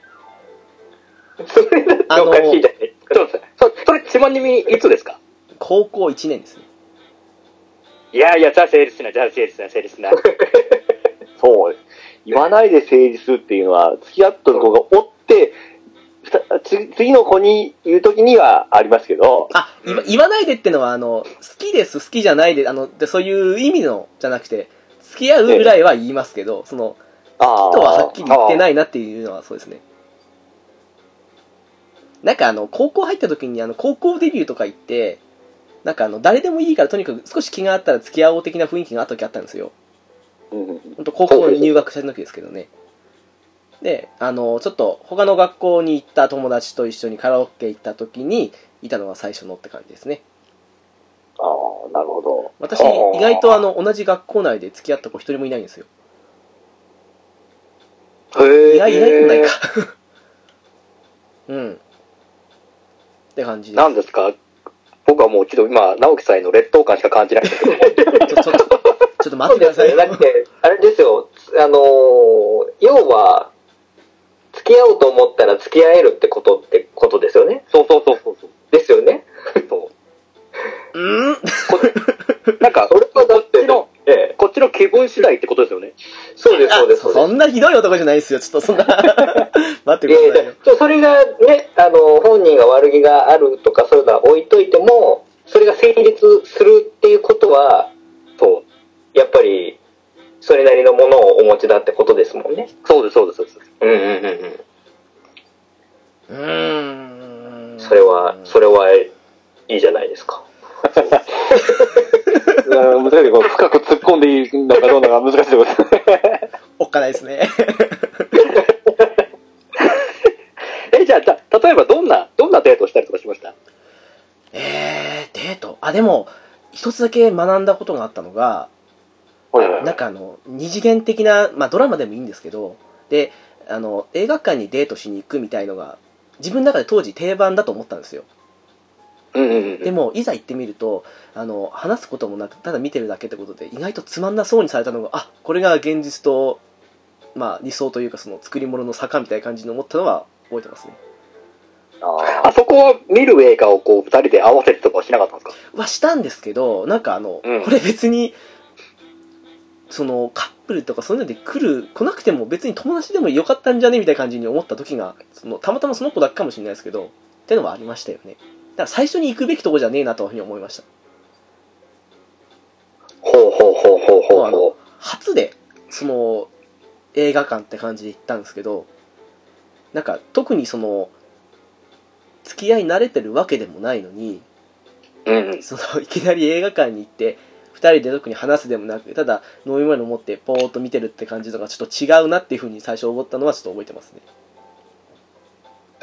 [SPEAKER 1] あ
[SPEAKER 3] お
[SPEAKER 1] の
[SPEAKER 3] か、しいじゃないですか
[SPEAKER 2] ちょっと待ってそれ、それちなみにいつですか
[SPEAKER 1] 高校1年ですね。
[SPEAKER 2] いやいや、じゃあ成立しない、じゃあ成立しない、成立しない。
[SPEAKER 4] そうです。言わないで成立するっていうのは、付き合っとる子が おって、ふたつ次の子に言うときにはありますけど、
[SPEAKER 1] あ、言わ言わないでってのは、あの、好きです、好きじゃないで、あの、でそういう意味の、じゃなくて、付き合うぐらいは言いますけど、その、
[SPEAKER 4] あ
[SPEAKER 1] とははっきり言ってないなっていうのはそうですね。なんかあの、高校入った時にあの、高校デビューとか行って、なんかあの、誰でもいいからとにかく少し気があったら付き合おう的な雰囲気があった時あったんですよ。
[SPEAKER 4] うん
[SPEAKER 1] ほんと高校に入学した時ですけどね。で、あの、ちょっと他の学校に行った友達と一緒にカラオケ行った時に、いたのが最初のって感じですね。
[SPEAKER 4] ああ、なるほど。
[SPEAKER 1] 私、意外とあの、同じ学校内で付き合った子一人もいないんですよ。
[SPEAKER 2] へ
[SPEAKER 1] いや、いないくないか。 うん。って感じです。
[SPEAKER 2] なんですか僕はもう一度今、直樹さんへの劣等感しか感じないんですけど。
[SPEAKER 1] ちょちょっと、ちょっと待
[SPEAKER 3] そ
[SPEAKER 1] ってく
[SPEAKER 3] うで
[SPEAKER 1] だ
[SPEAKER 3] す
[SPEAKER 1] さい
[SPEAKER 3] ね。だ
[SPEAKER 1] よ
[SPEAKER 3] っ。て、あれですよ、あのー要は、付き合おうと思ったら付き合えるってことってことですよね。
[SPEAKER 2] そうそうそうそうそう。
[SPEAKER 3] ですよね。
[SPEAKER 2] そう
[SPEAKER 1] うん
[SPEAKER 2] なんか、
[SPEAKER 3] それは
[SPEAKER 2] こ
[SPEAKER 3] だっ
[SPEAKER 2] っち
[SPEAKER 3] て、
[SPEAKER 2] の、
[SPEAKER 3] ええ、
[SPEAKER 2] こっちの気分次第ってことですよね。
[SPEAKER 3] そうです、そうで す、
[SPEAKER 1] そ
[SPEAKER 3] そうで
[SPEAKER 1] んなひどい男じゃないですよ。ちょっとそん な。待って
[SPEAKER 3] す。いやい
[SPEAKER 1] ください
[SPEAKER 3] や
[SPEAKER 1] よ。、
[SPEAKER 3] そうそれがね、あの本人が悪気があるとかそういうのは置いといても、それが成立するっていうことは、そう、やっぱり、それなりのものをお持ちだってことですもんね。
[SPEAKER 2] そうです、そうです、そうです。
[SPEAKER 3] うんうんうんうん。
[SPEAKER 1] うーん。
[SPEAKER 3] それは、それはいいじゃないですか。
[SPEAKER 4] だから難しいこう深く突っ込んでいいのかどうなのか難しいことですね。
[SPEAKER 1] おっかないですね。
[SPEAKER 2] え、じゃあ、た例えばどんな、どんなデートをしたりとかしました
[SPEAKER 1] えー、デート。あ、でも、一つだけ学んだことがあったのが、
[SPEAKER 4] はいはい
[SPEAKER 1] なんかあの、二次元的な、まあドラマでもいいんですけど、で、あの、映画館にデートしに行くみたいのが、自分の中で当時定番だと思ったんですよ。
[SPEAKER 2] うんうん
[SPEAKER 1] でも、いざ行ってみると、あの、話すこともなく、ただ見てるだけってことで、意外とつまんなそうにされたのが、あ、これが現実と、まあ、理想というか、その、作り物の坂みたいな感じに思ったのは、覚えてますね。
[SPEAKER 4] あ
[SPEAKER 2] あそこは見る映画をこう、二人で合わせるとかはしなかったんですか
[SPEAKER 1] はしたんですけど、なんかあの、
[SPEAKER 2] うん
[SPEAKER 1] これ別に、その、カップルとかそういうので来る、来なくても別に友達でもよかったんじゃねみたいな感じに思った時が、その、たまたまその子だけかもしれないですけど、ってのはありましたよね。だから最初に行くべきとこじゃねえなというふうに思いました。
[SPEAKER 2] ほうほうほうほう
[SPEAKER 1] もうあの初でその映画館って感じで行ったんですけどなんか特にその付き合い慣れてるわけでもないのに
[SPEAKER 2] うん。
[SPEAKER 1] そのいきなり映画館に行って2人で特に話すでもなくただ飲み物持ってポーっと見てるって感じとかちょっと違うなっていうふうに最初思ったのはちょっと覚えてますね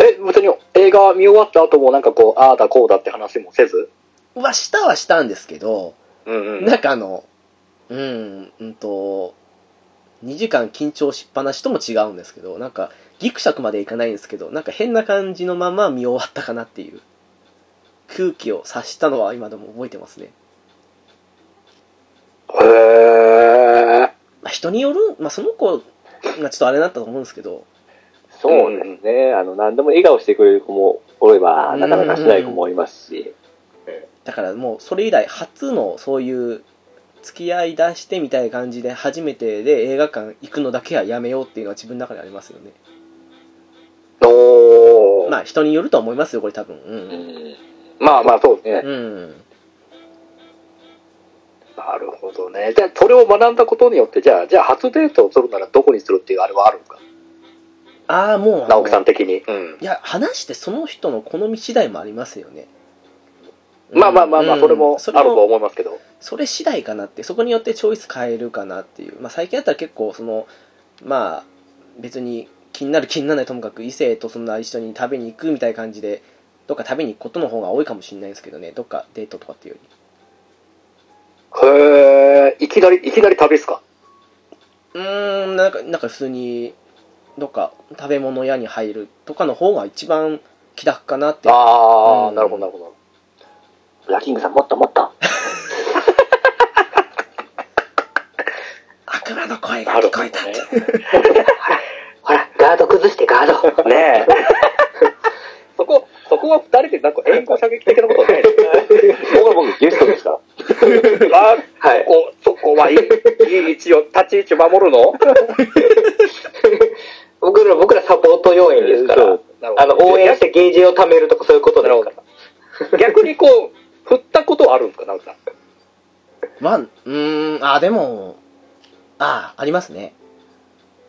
[SPEAKER 2] え、別に映画見終わった後もなんかこう、ああだこうだって話もせず
[SPEAKER 1] はしたはしたんですけど
[SPEAKER 2] うんう
[SPEAKER 1] なんかあのうんうんと2時間緊張しっぱなしとも違うんですけどなんかギクシャクまでいかないんですけどなんか変な感じのまま見終わったかなっていう空気を察したのは今でも覚えてますね
[SPEAKER 2] へえ。
[SPEAKER 1] まあ、人による、まあ、その子がちょっとあれだったと思うんですけど、
[SPEAKER 4] そうですね。あの、何でも笑顔してくれる子もおれば、
[SPEAKER 1] うん
[SPEAKER 4] なかなかしない子もいますし。
[SPEAKER 1] だからもうそれ以来初のそういう付き合い出してみたいな感じで初めてで映画館行くのだけはやめようっていうのは自分の中でありますよね。
[SPEAKER 2] おー。
[SPEAKER 1] まあ人によるとは思いますよ、これ多分。
[SPEAKER 4] う
[SPEAKER 1] うん
[SPEAKER 2] まあまあそうですね。
[SPEAKER 1] ん。うん。
[SPEAKER 2] なるほどね。じゃあ、それを学んだことによって、じゃあ、じゃあ、初デートをするならどこにするっていうあれはあるのか
[SPEAKER 1] ああ、もう。
[SPEAKER 2] 直樹さん的に。うん。
[SPEAKER 1] いや、話してその人の好み次第もありますよね。
[SPEAKER 2] まあまあまあまあ、
[SPEAKER 1] うん
[SPEAKER 2] それも
[SPEAKER 1] そ
[SPEAKER 2] あると思いますけど。
[SPEAKER 1] それ次第かなってそこによってチョイス変えるかなっていう、まあ、最近だったら結構そのまあ別に気になる気にならないともかく異性とそんな一緒に食べに行くみたいな感じでどっか食べに行くことの方が多いかもしれないですけどねどっかデートとかっていうよ
[SPEAKER 2] へえ、いきなり、いきなり旅っすか
[SPEAKER 1] りうーんなんかなんか普通にどっか食べ物屋に入るとかの方が一番気楽かなって
[SPEAKER 2] ああ、
[SPEAKER 1] うん
[SPEAKER 2] なるほど、なるほど。
[SPEAKER 4] ブラキングさん、もっともっと。
[SPEAKER 1] 悪魔の声が
[SPEAKER 2] なる
[SPEAKER 1] 聞こ
[SPEAKER 2] ほど
[SPEAKER 1] えたって、
[SPEAKER 2] ね。
[SPEAKER 3] ほら、ガード崩し てガード。
[SPEAKER 2] ねえ。そこ、そこは二人でなんか援護射撃的なことはない
[SPEAKER 4] 僕は僕、ゲストですから。
[SPEAKER 2] あ
[SPEAKER 3] はい。
[SPEAKER 2] こ、そこはいい、いい位置を、立ち位置守るの
[SPEAKER 3] 僕ら、僕らサポート要員ですから。あの、応援しててゲージを貯めるとかそういうことですから。
[SPEAKER 2] 逆にこう、振ったことはあるんですか、直樹さん。
[SPEAKER 1] まあうーんあーでもああありますね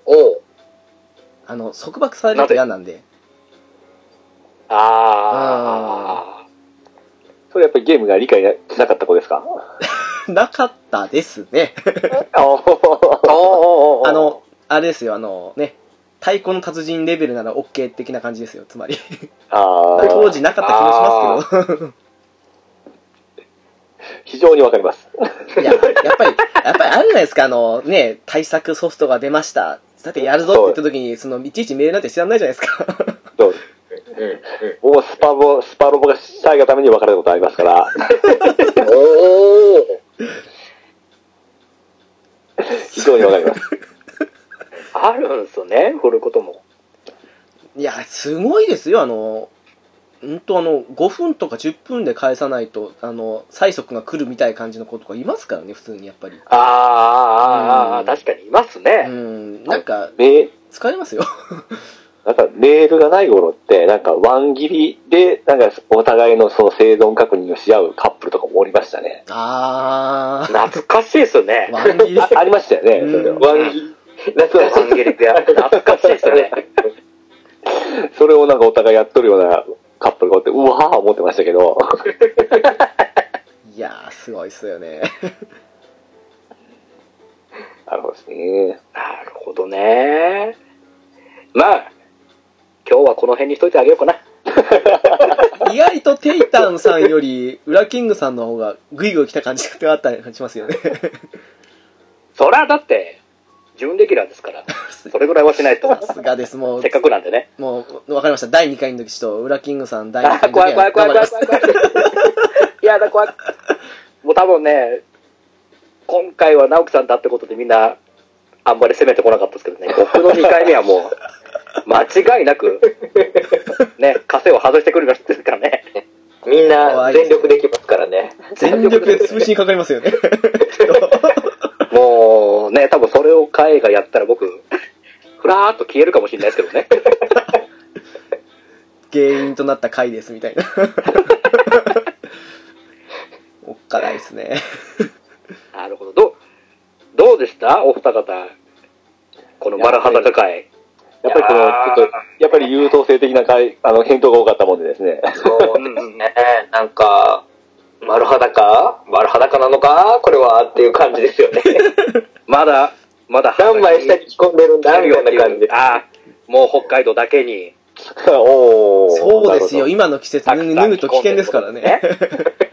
[SPEAKER 2] おう。
[SPEAKER 1] あの束縛されると嫌なんで
[SPEAKER 2] ああ。
[SPEAKER 4] それやっぱりゲームが理解しなかった子ですか
[SPEAKER 1] なかったですね
[SPEAKER 2] おうおうおうおう
[SPEAKER 1] あの、あれですよ、あのね、太鼓の達人レベルなら OK 的な感じですよ、つまり。
[SPEAKER 4] ああ、
[SPEAKER 1] 当時なかった気もします
[SPEAKER 4] 非常にわかります。
[SPEAKER 1] けど。いや、やっぱり、やっぱりあるじゃないですか、あのね、対策ソフトが出ました。さてやるぞって言った時に、その、いちいちメールなんて知らないじゃないですか。
[SPEAKER 4] そう僕はスパボ、スパロボがしたいがために別れたことありますから、
[SPEAKER 2] おー
[SPEAKER 4] 非常にわかります。
[SPEAKER 2] あるんすね、振ることも。
[SPEAKER 1] いや、すごいですよ、あの、うんとあの、5分とか10分で返さないと、あの、催促が来るみたいな感じの子とかいますからね、普通にやっぱり。
[SPEAKER 2] ああ、
[SPEAKER 1] う
[SPEAKER 2] ああ、
[SPEAKER 1] ん
[SPEAKER 2] 確かにいます
[SPEAKER 1] う
[SPEAKER 2] ね。
[SPEAKER 1] ん、なんか、
[SPEAKER 4] メ
[SPEAKER 1] 疲れます よ。
[SPEAKER 4] なんかメールがない頃って、なんかワン切りで、なんかお互いのその生存確認をし合うカップルとかもおりましたね。
[SPEAKER 1] あ
[SPEAKER 2] 懐かしいですね
[SPEAKER 1] ー、。ワン切り
[SPEAKER 4] あありましたよね、それ
[SPEAKER 1] うん
[SPEAKER 4] を
[SPEAKER 3] ワンギ懐かし
[SPEAKER 2] ワンゲリでやる懐かしいです ね。
[SPEAKER 4] それをなんかお互いやっとるようなカップルがおって、うわー思ってましたけど、
[SPEAKER 1] いやー、すごいっすよね。
[SPEAKER 4] なるほどですね。
[SPEAKER 2] なるほどね。まあ、今日はこの辺にしといてあげようかな。
[SPEAKER 1] 意外とテイタンさんより、ウラキングさんの方がグイグイ来た感じがあったりしますよね。
[SPEAKER 2] そら、だって、準レギュラーで すから、それぐらいはしないと。
[SPEAKER 1] さすがです。もう
[SPEAKER 2] せっ、かくなんでね。
[SPEAKER 1] もう、わかりました。第2回の時、ちょっと、ウラキングさん第2
[SPEAKER 2] あ
[SPEAKER 1] 回の時
[SPEAKER 2] 怖い怖
[SPEAKER 1] はい
[SPEAKER 2] 怖い
[SPEAKER 1] 頑張り
[SPEAKER 2] 怖
[SPEAKER 1] ま
[SPEAKER 2] い
[SPEAKER 1] す。
[SPEAKER 2] 怖い怖い。いやだ、怖い。もう多分ね、今回は直樹さんだってことでみんな、あんまり攻めてこなかったですけどね、僕の2回目はもう、 間違いなく、ね、枷を外してくるらしいですか らね。
[SPEAKER 3] い。みんな全力できますからね。
[SPEAKER 1] 全力で潰しにかかりますよね。きっ
[SPEAKER 2] もうね、多分それを海がやったら僕、ふらーっと消えるかもしれないですけどね。
[SPEAKER 1] と原因となった回です、みたいな。 おっかないですね。
[SPEAKER 2] なるほど。どう、どうでしたお二方。この丸裸会。
[SPEAKER 4] やっぱりこの、ちょっと、やっぱり優等生的な回、あの、返答が多かったもんでですね。
[SPEAKER 3] そうですね。なんか、丸裸丸裸なのかこれはっていう感じですよね。
[SPEAKER 2] まだ、まだ
[SPEAKER 3] 何枚下に着込んでるんだみたいな感じ。
[SPEAKER 2] ああ、もう北海道だけに。
[SPEAKER 4] おー
[SPEAKER 1] そうですよ、
[SPEAKER 4] なる
[SPEAKER 1] 今の季節、
[SPEAKER 2] たくさ
[SPEAKER 1] 脱ぐ
[SPEAKER 2] ん
[SPEAKER 1] 脱ぐと危険ですからね。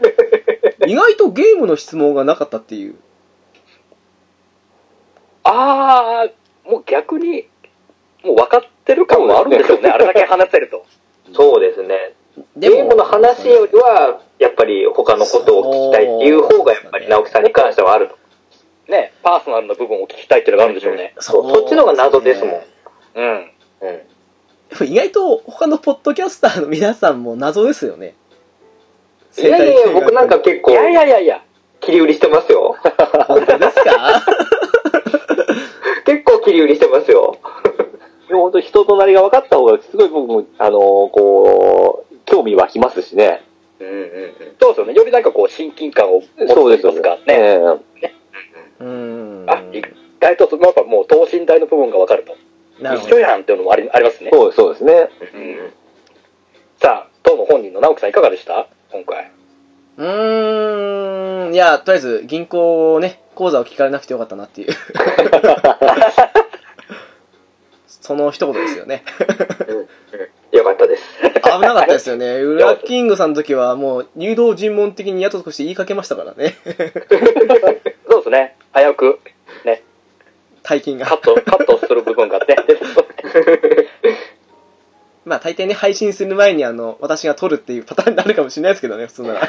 [SPEAKER 1] 意外とゲームの質問がなかったっていう。
[SPEAKER 2] ああ、もう逆に、もう分かってる感はあるんでしょうね。あれだけ話せると。
[SPEAKER 3] そうですね。
[SPEAKER 1] で
[SPEAKER 3] ゲームの話よりは、やっぱり他のことを聞きたいっていう方が、やっぱり直樹さんに関してはあると。
[SPEAKER 2] ね、パーソナルな部分を聞きたいっていうのがあるんでしょうね。
[SPEAKER 3] そうそっちの方が謎ですもん。
[SPEAKER 2] うん。
[SPEAKER 3] うん。
[SPEAKER 1] でも意外と他のポッドキャスターの皆さんも謎ですよね。
[SPEAKER 3] いやいやいや、僕なんか結構
[SPEAKER 2] い、やいやいやいや。
[SPEAKER 3] 切り売りしてますよ。
[SPEAKER 1] 本当ですか
[SPEAKER 3] 結構切り売りしてますよ。
[SPEAKER 4] ほどでも本当人となりが分かった方が、すごい僕も、あの、こう、興味湧きますしね。
[SPEAKER 3] うんうんうん。
[SPEAKER 2] そうですよね。よりなんかこう、親近感を持つ
[SPEAKER 4] そう
[SPEAKER 2] と
[SPEAKER 4] です
[SPEAKER 2] いいま
[SPEAKER 4] よ
[SPEAKER 2] すか
[SPEAKER 4] ね。
[SPEAKER 2] ね。
[SPEAKER 4] え
[SPEAKER 1] うーん。
[SPEAKER 2] あ、意外とそのやっぱもう等身大の部分が分かると。
[SPEAKER 1] なるほ
[SPEAKER 2] 一緒
[SPEAKER 1] ど。
[SPEAKER 2] やんっていうのもありあります
[SPEAKER 4] え
[SPEAKER 2] ね。
[SPEAKER 4] そうそうですね。
[SPEAKER 2] うんさあ、当の本人の直樹さんいかがでした今回。
[SPEAKER 1] うーん。いや、とりあえず銀行をね、口座を聞かれなくてよかったなっていう。その一言ですよね。
[SPEAKER 3] よかったです。
[SPEAKER 1] 危なかったですよね。ウラキングさんの時はもう誘導尋問的にやっととして言いかけましたからね。
[SPEAKER 2] そうですね。早く、ね、
[SPEAKER 1] 大金
[SPEAKER 2] カ
[SPEAKER 1] が
[SPEAKER 2] ッ。ト、カットする部分があって。
[SPEAKER 1] まあ大抵ね、配信する前にあの、私が撮るっていうパターンになるかもしれないですけどね、普通なら。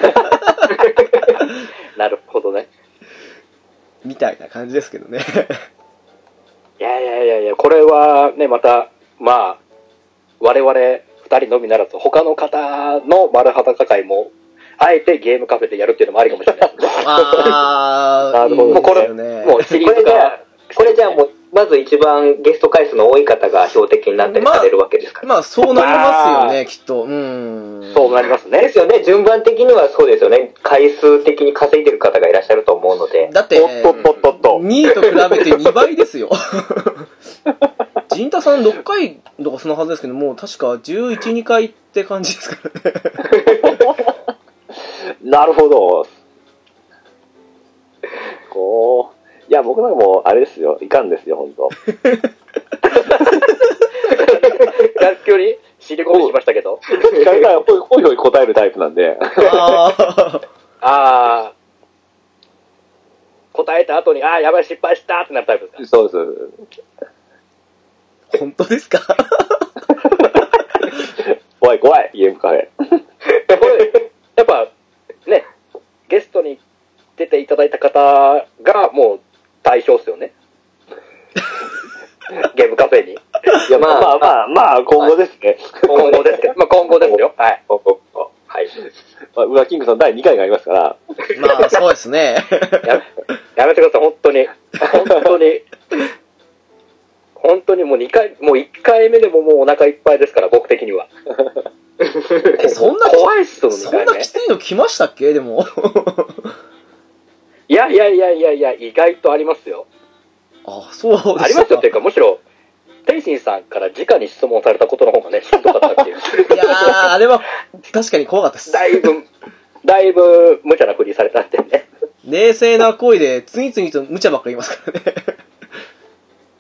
[SPEAKER 2] なるほどね。
[SPEAKER 1] みたいな感じですけどね。
[SPEAKER 2] いやいやいやいや、これはね、また、まあ、我々二人のみならず、他の方の丸裸会も、あえてゲームカフェでやるっていうのもありかもしれない。
[SPEAKER 1] あ
[SPEAKER 2] な
[SPEAKER 1] ー、
[SPEAKER 2] るほど
[SPEAKER 1] いい
[SPEAKER 2] もうこ
[SPEAKER 1] です
[SPEAKER 2] れ
[SPEAKER 1] よね。
[SPEAKER 2] もうシリ
[SPEAKER 3] こ
[SPEAKER 2] ー
[SPEAKER 3] れ
[SPEAKER 2] ズ
[SPEAKER 3] じゃあ
[SPEAKER 2] が、、
[SPEAKER 3] これじゃあもう、まず一番ゲスト回数の多い方が標的になったりされるわけですから。
[SPEAKER 1] まあそうなりますよね、きっと。うーん。
[SPEAKER 2] そうなります
[SPEAKER 3] で
[SPEAKER 2] ね。
[SPEAKER 3] すよね、順番的にはそうですよね。回数的に稼いでる方がいらっしゃると思うので。
[SPEAKER 1] だって、
[SPEAKER 4] おっとっとっとっと。
[SPEAKER 1] 2位と比べて2倍ですよ。陣太さん6回とかそのはずですけど、もう確か11、2回って感じですからね。
[SPEAKER 4] なるほど。こう、いや、僕なんかもう、あれですよ、いかんですよ、本当。
[SPEAKER 2] 急にシリコンしましたけど。
[SPEAKER 4] 聞かれたら、ほいほいほい答えるタイプなんで。
[SPEAKER 1] あ
[SPEAKER 2] ああ、答えた後に、ああ、やばい、失敗したってなるタイプですか。
[SPEAKER 4] そうです。
[SPEAKER 1] ー、本当ですか
[SPEAKER 4] 怖い怖い、ゲームカフェ。
[SPEAKER 2] これ、やっぱ、ね、ゲストに出ていただいた方が、もう、対象っすよ ね。ゲームカフェに。
[SPEAKER 4] いや、ま
[SPEAKER 3] ま
[SPEAKER 4] あま
[SPEAKER 3] あ
[SPEAKER 4] あまあ、まあ、今後ですね。
[SPEAKER 2] 今後ですけど、まあ今後ですよ。はい。
[SPEAKER 3] はい。
[SPEAKER 4] まあ、ウラキングさん第2回がありますから、
[SPEAKER 1] まあそうですね。
[SPEAKER 2] ややめてください、本当に。本当に。本当にもう2回、もう1回目でももうお腹いっぱいですから、僕的には。
[SPEAKER 1] えそんな、
[SPEAKER 2] 怖いっすよ、2
[SPEAKER 1] そん
[SPEAKER 2] 回
[SPEAKER 1] な
[SPEAKER 2] 目
[SPEAKER 1] き。ついの来ましたっけでも。
[SPEAKER 2] いやいやいやいやいや、意外とありますよ。
[SPEAKER 1] あ、そうで
[SPEAKER 2] ありますよっていうか、むしろ、天心さんから直に質問されたことの方がね、しんどかったっていう。
[SPEAKER 1] いやー、あれは確かに怖かったです。
[SPEAKER 2] だいぶ、だいぶ無茶なふりされたってね。
[SPEAKER 1] 冷静な行為で次々と無茶ばっかり言いますから ね。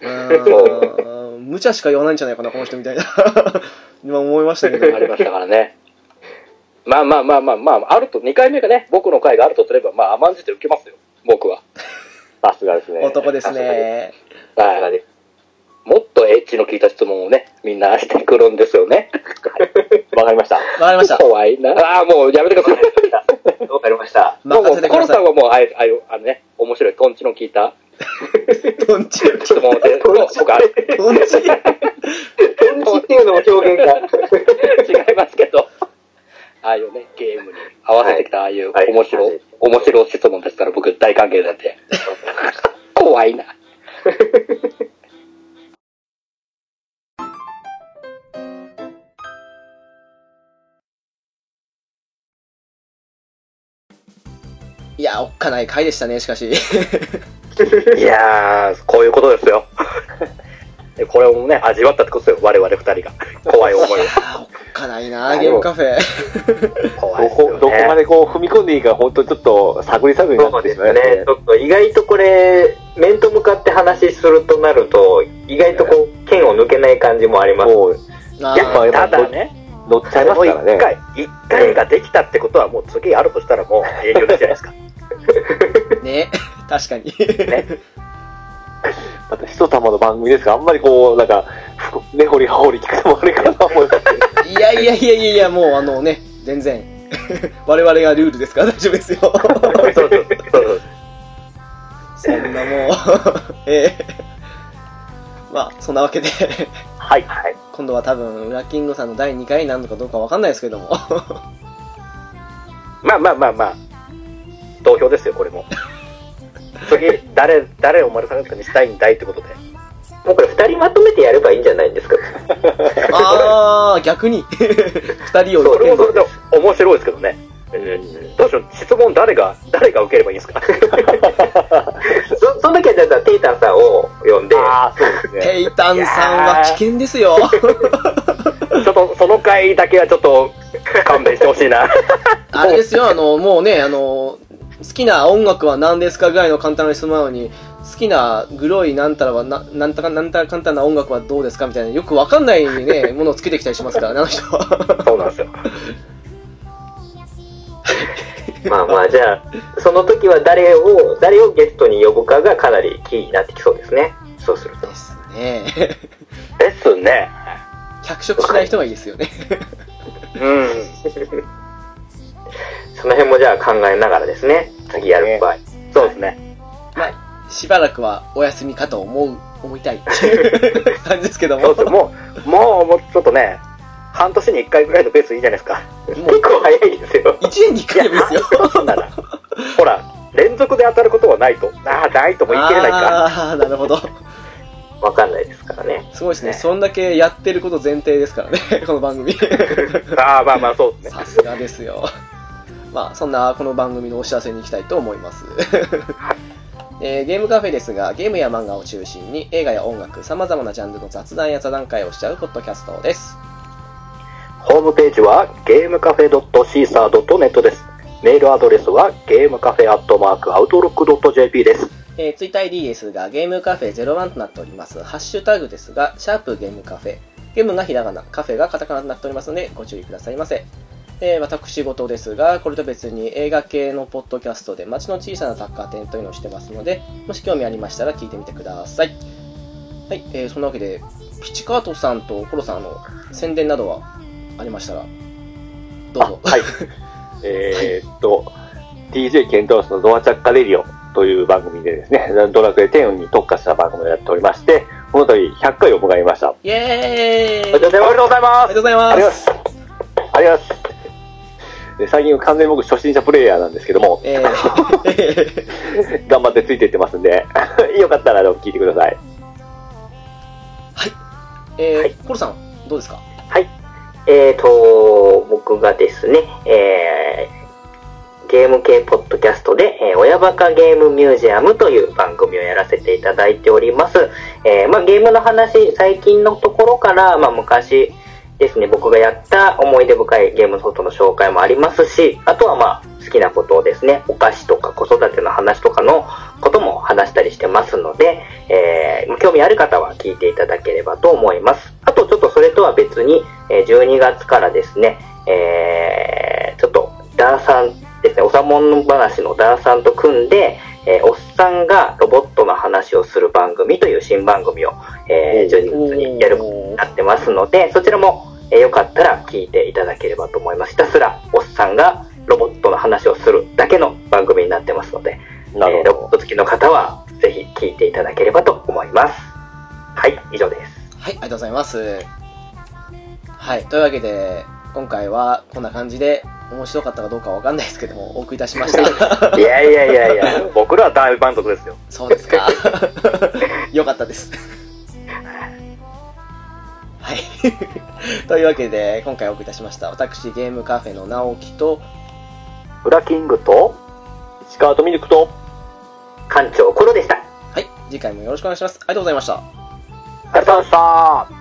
[SPEAKER 1] うーん無茶しか言わないんじゃないかな、この人みたいな。今思いましたけど。
[SPEAKER 2] ありましたからね。まあまあまあまあまあ、あると、2回目がね、僕の回があるとすれば、まあ甘んじて受けますよ、僕は。
[SPEAKER 4] さすがですね。
[SPEAKER 1] 男ですね。
[SPEAKER 2] はい。もっとエッチの効いた質問をね、みんなしてくるんですよね。
[SPEAKER 4] わかりました。
[SPEAKER 1] わかりました。
[SPEAKER 2] 怖いな。ああ、もうやめてください。
[SPEAKER 3] わかりました。
[SPEAKER 2] もう、
[SPEAKER 1] 任せてく
[SPEAKER 2] コ
[SPEAKER 1] だ
[SPEAKER 2] ロ
[SPEAKER 1] さ
[SPEAKER 2] さん
[SPEAKER 1] い。
[SPEAKER 2] はもう、ああいう、ああいう、あのね、面白い、トンチの効いた
[SPEAKER 1] トンチ。
[SPEAKER 2] 質問で、僕はある。
[SPEAKER 1] トンチ。
[SPEAKER 3] 天気っていうのも表現が。
[SPEAKER 2] 違いますけど、ああいうね、ゲームに合わせてきた、ああいう
[SPEAKER 3] はい
[SPEAKER 2] 面白、
[SPEAKER 3] はい
[SPEAKER 2] 面白質問ですから、僕大歓迎なんで。怖いな。
[SPEAKER 1] いや、おっかない回でしたね、しかし。
[SPEAKER 2] いやー、こういうことですよ。でこれをね、味わったってことですよ、我々二人が。怖い思いを。
[SPEAKER 1] あー、おっかないなゲームカフェ。
[SPEAKER 2] 怖いで
[SPEAKER 4] ど
[SPEAKER 2] すよ、
[SPEAKER 4] こ
[SPEAKER 2] ね。
[SPEAKER 4] どこまでこう踏み込んでいいか、本当ちょっと探り探りにな
[SPEAKER 3] そ
[SPEAKER 4] っ
[SPEAKER 3] うで
[SPEAKER 4] てし
[SPEAKER 3] す
[SPEAKER 4] まいました
[SPEAKER 3] ね。ちょっと意外とこれ、面と向かって話するとなると、意外とこう、剣を抜けない感じもあります。
[SPEAKER 4] もう、
[SPEAKER 1] あー
[SPEAKER 2] いや、ただね、
[SPEAKER 4] 乗っちゃいま
[SPEAKER 2] こ
[SPEAKER 4] す
[SPEAKER 2] の
[SPEAKER 4] か
[SPEAKER 2] 1
[SPEAKER 4] らね。
[SPEAKER 2] 回、一回ができたってことは、もう次あるとしたらもう営業できないですか。
[SPEAKER 1] ね、確かに。
[SPEAKER 4] また、ひとたまの番組ですから、あんまりこう、なんか、根掘り葉掘り聞くのもあれかなと思い ますけど
[SPEAKER 1] いやいやいやいやいや、もうあのね、全然。 我々がルールですから大丈夫ですよ。
[SPEAKER 2] そうそうそうそう。
[SPEAKER 1] そんなもう、 ええまあ、そんなわけで、
[SPEAKER 2] はい。はい。
[SPEAKER 1] 今度は多分、ウラキングさんの第2回になるのかどうかわかんないです けども。
[SPEAKER 2] まあまあまあまあ、投票ですよ、これ も。次、誰、誰を丸さんにしたいんだいってことで。
[SPEAKER 3] もうこれ二人まとめてやればいいんじゃないんですか。
[SPEAKER 1] あー、逆に。 二人を
[SPEAKER 2] そ
[SPEAKER 1] 受け
[SPEAKER 2] れも
[SPEAKER 1] る
[SPEAKER 2] それで面白いですけどね。うん、どうしよう、質問誰が、誰が受ければいいんですか
[SPEAKER 3] そ、その時はじゃあ、テイタンさんを呼んで、
[SPEAKER 4] ああ、そうですね。
[SPEAKER 1] ペイタンさんは危険ですよ。
[SPEAKER 2] ちょっと、その回だけはちょっと、勘弁してほしいな。
[SPEAKER 1] あれですよ、あの、もうね、あの、好きな音楽は何ですかぐらいの簡単な質問なのに、好きなグロいなんたらはな、なんたかなんたら簡単な音楽はどうですかみたいな、よくわかんないね、ものをつけてきたりしますからね、あの人は。
[SPEAKER 2] そうなんですよ。
[SPEAKER 3] まあまあ、じゃあ、その時は誰を、誰をゲストに呼ぶかがかなりキーになってきそうですね。そうすると
[SPEAKER 1] で。すね。
[SPEAKER 2] ですね。
[SPEAKER 1] 脚色しない人がいいですよね。
[SPEAKER 2] うん。
[SPEAKER 3] その辺もじゃあ考えながらですね。次やる場合。
[SPEAKER 2] そうですね。
[SPEAKER 1] しばらくはお休みかと思う、思いたいっていう感じですけど
[SPEAKER 2] そう
[SPEAKER 1] も。
[SPEAKER 2] ですもう、もう、もうちょっとね、半年に一回ぐらいのペースでいいじゃないですか。
[SPEAKER 1] も
[SPEAKER 3] 結
[SPEAKER 1] う、
[SPEAKER 3] 構早いですよ。
[SPEAKER 1] 一年に一回でもいいですよ。
[SPEAKER 2] そうなら。ほら、連続で当たることはないと。ああ、ないとも言い切れないか。
[SPEAKER 1] あー、なるほど。
[SPEAKER 3] わかんないですからね。
[SPEAKER 1] すごいですね。そんだけやってること前提ですからね、この番組。
[SPEAKER 2] ああ、まあまあ、そうですね。
[SPEAKER 1] さすがですよ。まあ、そんなこの番組のお知らせに行きたいと思います。えーゲームカフェですが、ゲームや漫画を中心に映画や音楽、様々なジャンルの雑談や座談会をしちゃうポッドキャストです。
[SPEAKER 2] ホームページはゲームカフェ .caesar.net です。メールアドレスはゲームカフェアットマークアウトロック .jp です。
[SPEAKER 1] えー、ツイッター ID ですが、ゲームカフェ01となっております。ハッシュタグですが、シャープゲームカフェ。ゲームがひらがな、カフェがカタカナとなっておりますので、ご注意くださいませ。えー私事ですが、これと別に映画系のポッドキャストで街の小さな雑貨店というのをしてますので、もし興味ありましたら聞いてみてください。はい、えーそんなわけで、ピチカートさんとコロさんあの宣伝などはありましたら、どうぞ。
[SPEAKER 4] はい。えーっと、DJ ケントロスのドアチャッカレディオという番組でですね、ドラクエ10に特化した番組をやっておりまして、この度100回を迎えました。
[SPEAKER 1] イエーイありがとう
[SPEAKER 2] おめでとうございます。
[SPEAKER 1] ございます。
[SPEAKER 4] ありがとうございます。ありがとうございます。で最近完全に僕初心者プレイヤーなんですけども、
[SPEAKER 1] え ー
[SPEAKER 4] 頑張ってついていってますんで、 よかったらあの聞いてください。
[SPEAKER 1] えー
[SPEAKER 3] はい
[SPEAKER 1] コロさん、どうですか
[SPEAKER 3] えーと、僕がですね、えーゲーム系ポッドキャストで、えー親バカゲームミュージアムという番組をやらせていただいております。えーまあ、ゲームの話、最近のところから、まあ、昔ですね、僕がやった思い出深いゲームソフトの紹介もありますし、あとはまあ、好きなことをですね、お菓子とか子育ての話とかのことも話したりしてますので、えー興味ある方は聞いていただければと思います。あとちょっとそれとは別に、えー12月からですね、えーちょっと、ダーさんですね、おさもん話のダーさんと組んで、えーおっさんがロボットの話をする番組という新番組を、えー12月にやることになってますので、そちらも、えーよかったら聞いていただければと思います。ひたすらおっさんがロボットの話をするだけの番組になってますので、
[SPEAKER 4] な
[SPEAKER 3] え
[SPEAKER 4] るほ
[SPEAKER 3] ーロボッ
[SPEAKER 4] ど。
[SPEAKER 3] ト好きの方はぜひ聞いていただければと思います。はい、以上です。
[SPEAKER 1] はい、ありがとうございます。はい、というわけで、今回はこんな感じで、面白かったかどうかはわかんないですけども、お送りいたしま した。
[SPEAKER 2] いやいやいやいや、僕らは大満足ですよ。
[SPEAKER 1] そうです か。よかったです。はい。というわ けで、今回お送りいたしました。私、ゲームカフェの直樹と、
[SPEAKER 2] フラキングと、
[SPEAKER 4] スカートミルクと、
[SPEAKER 3] 館長、コロでした。
[SPEAKER 1] はい、次回もよろしくお願いします。ありがとうございました。
[SPEAKER 2] あ
[SPEAKER 4] 疲れ様でした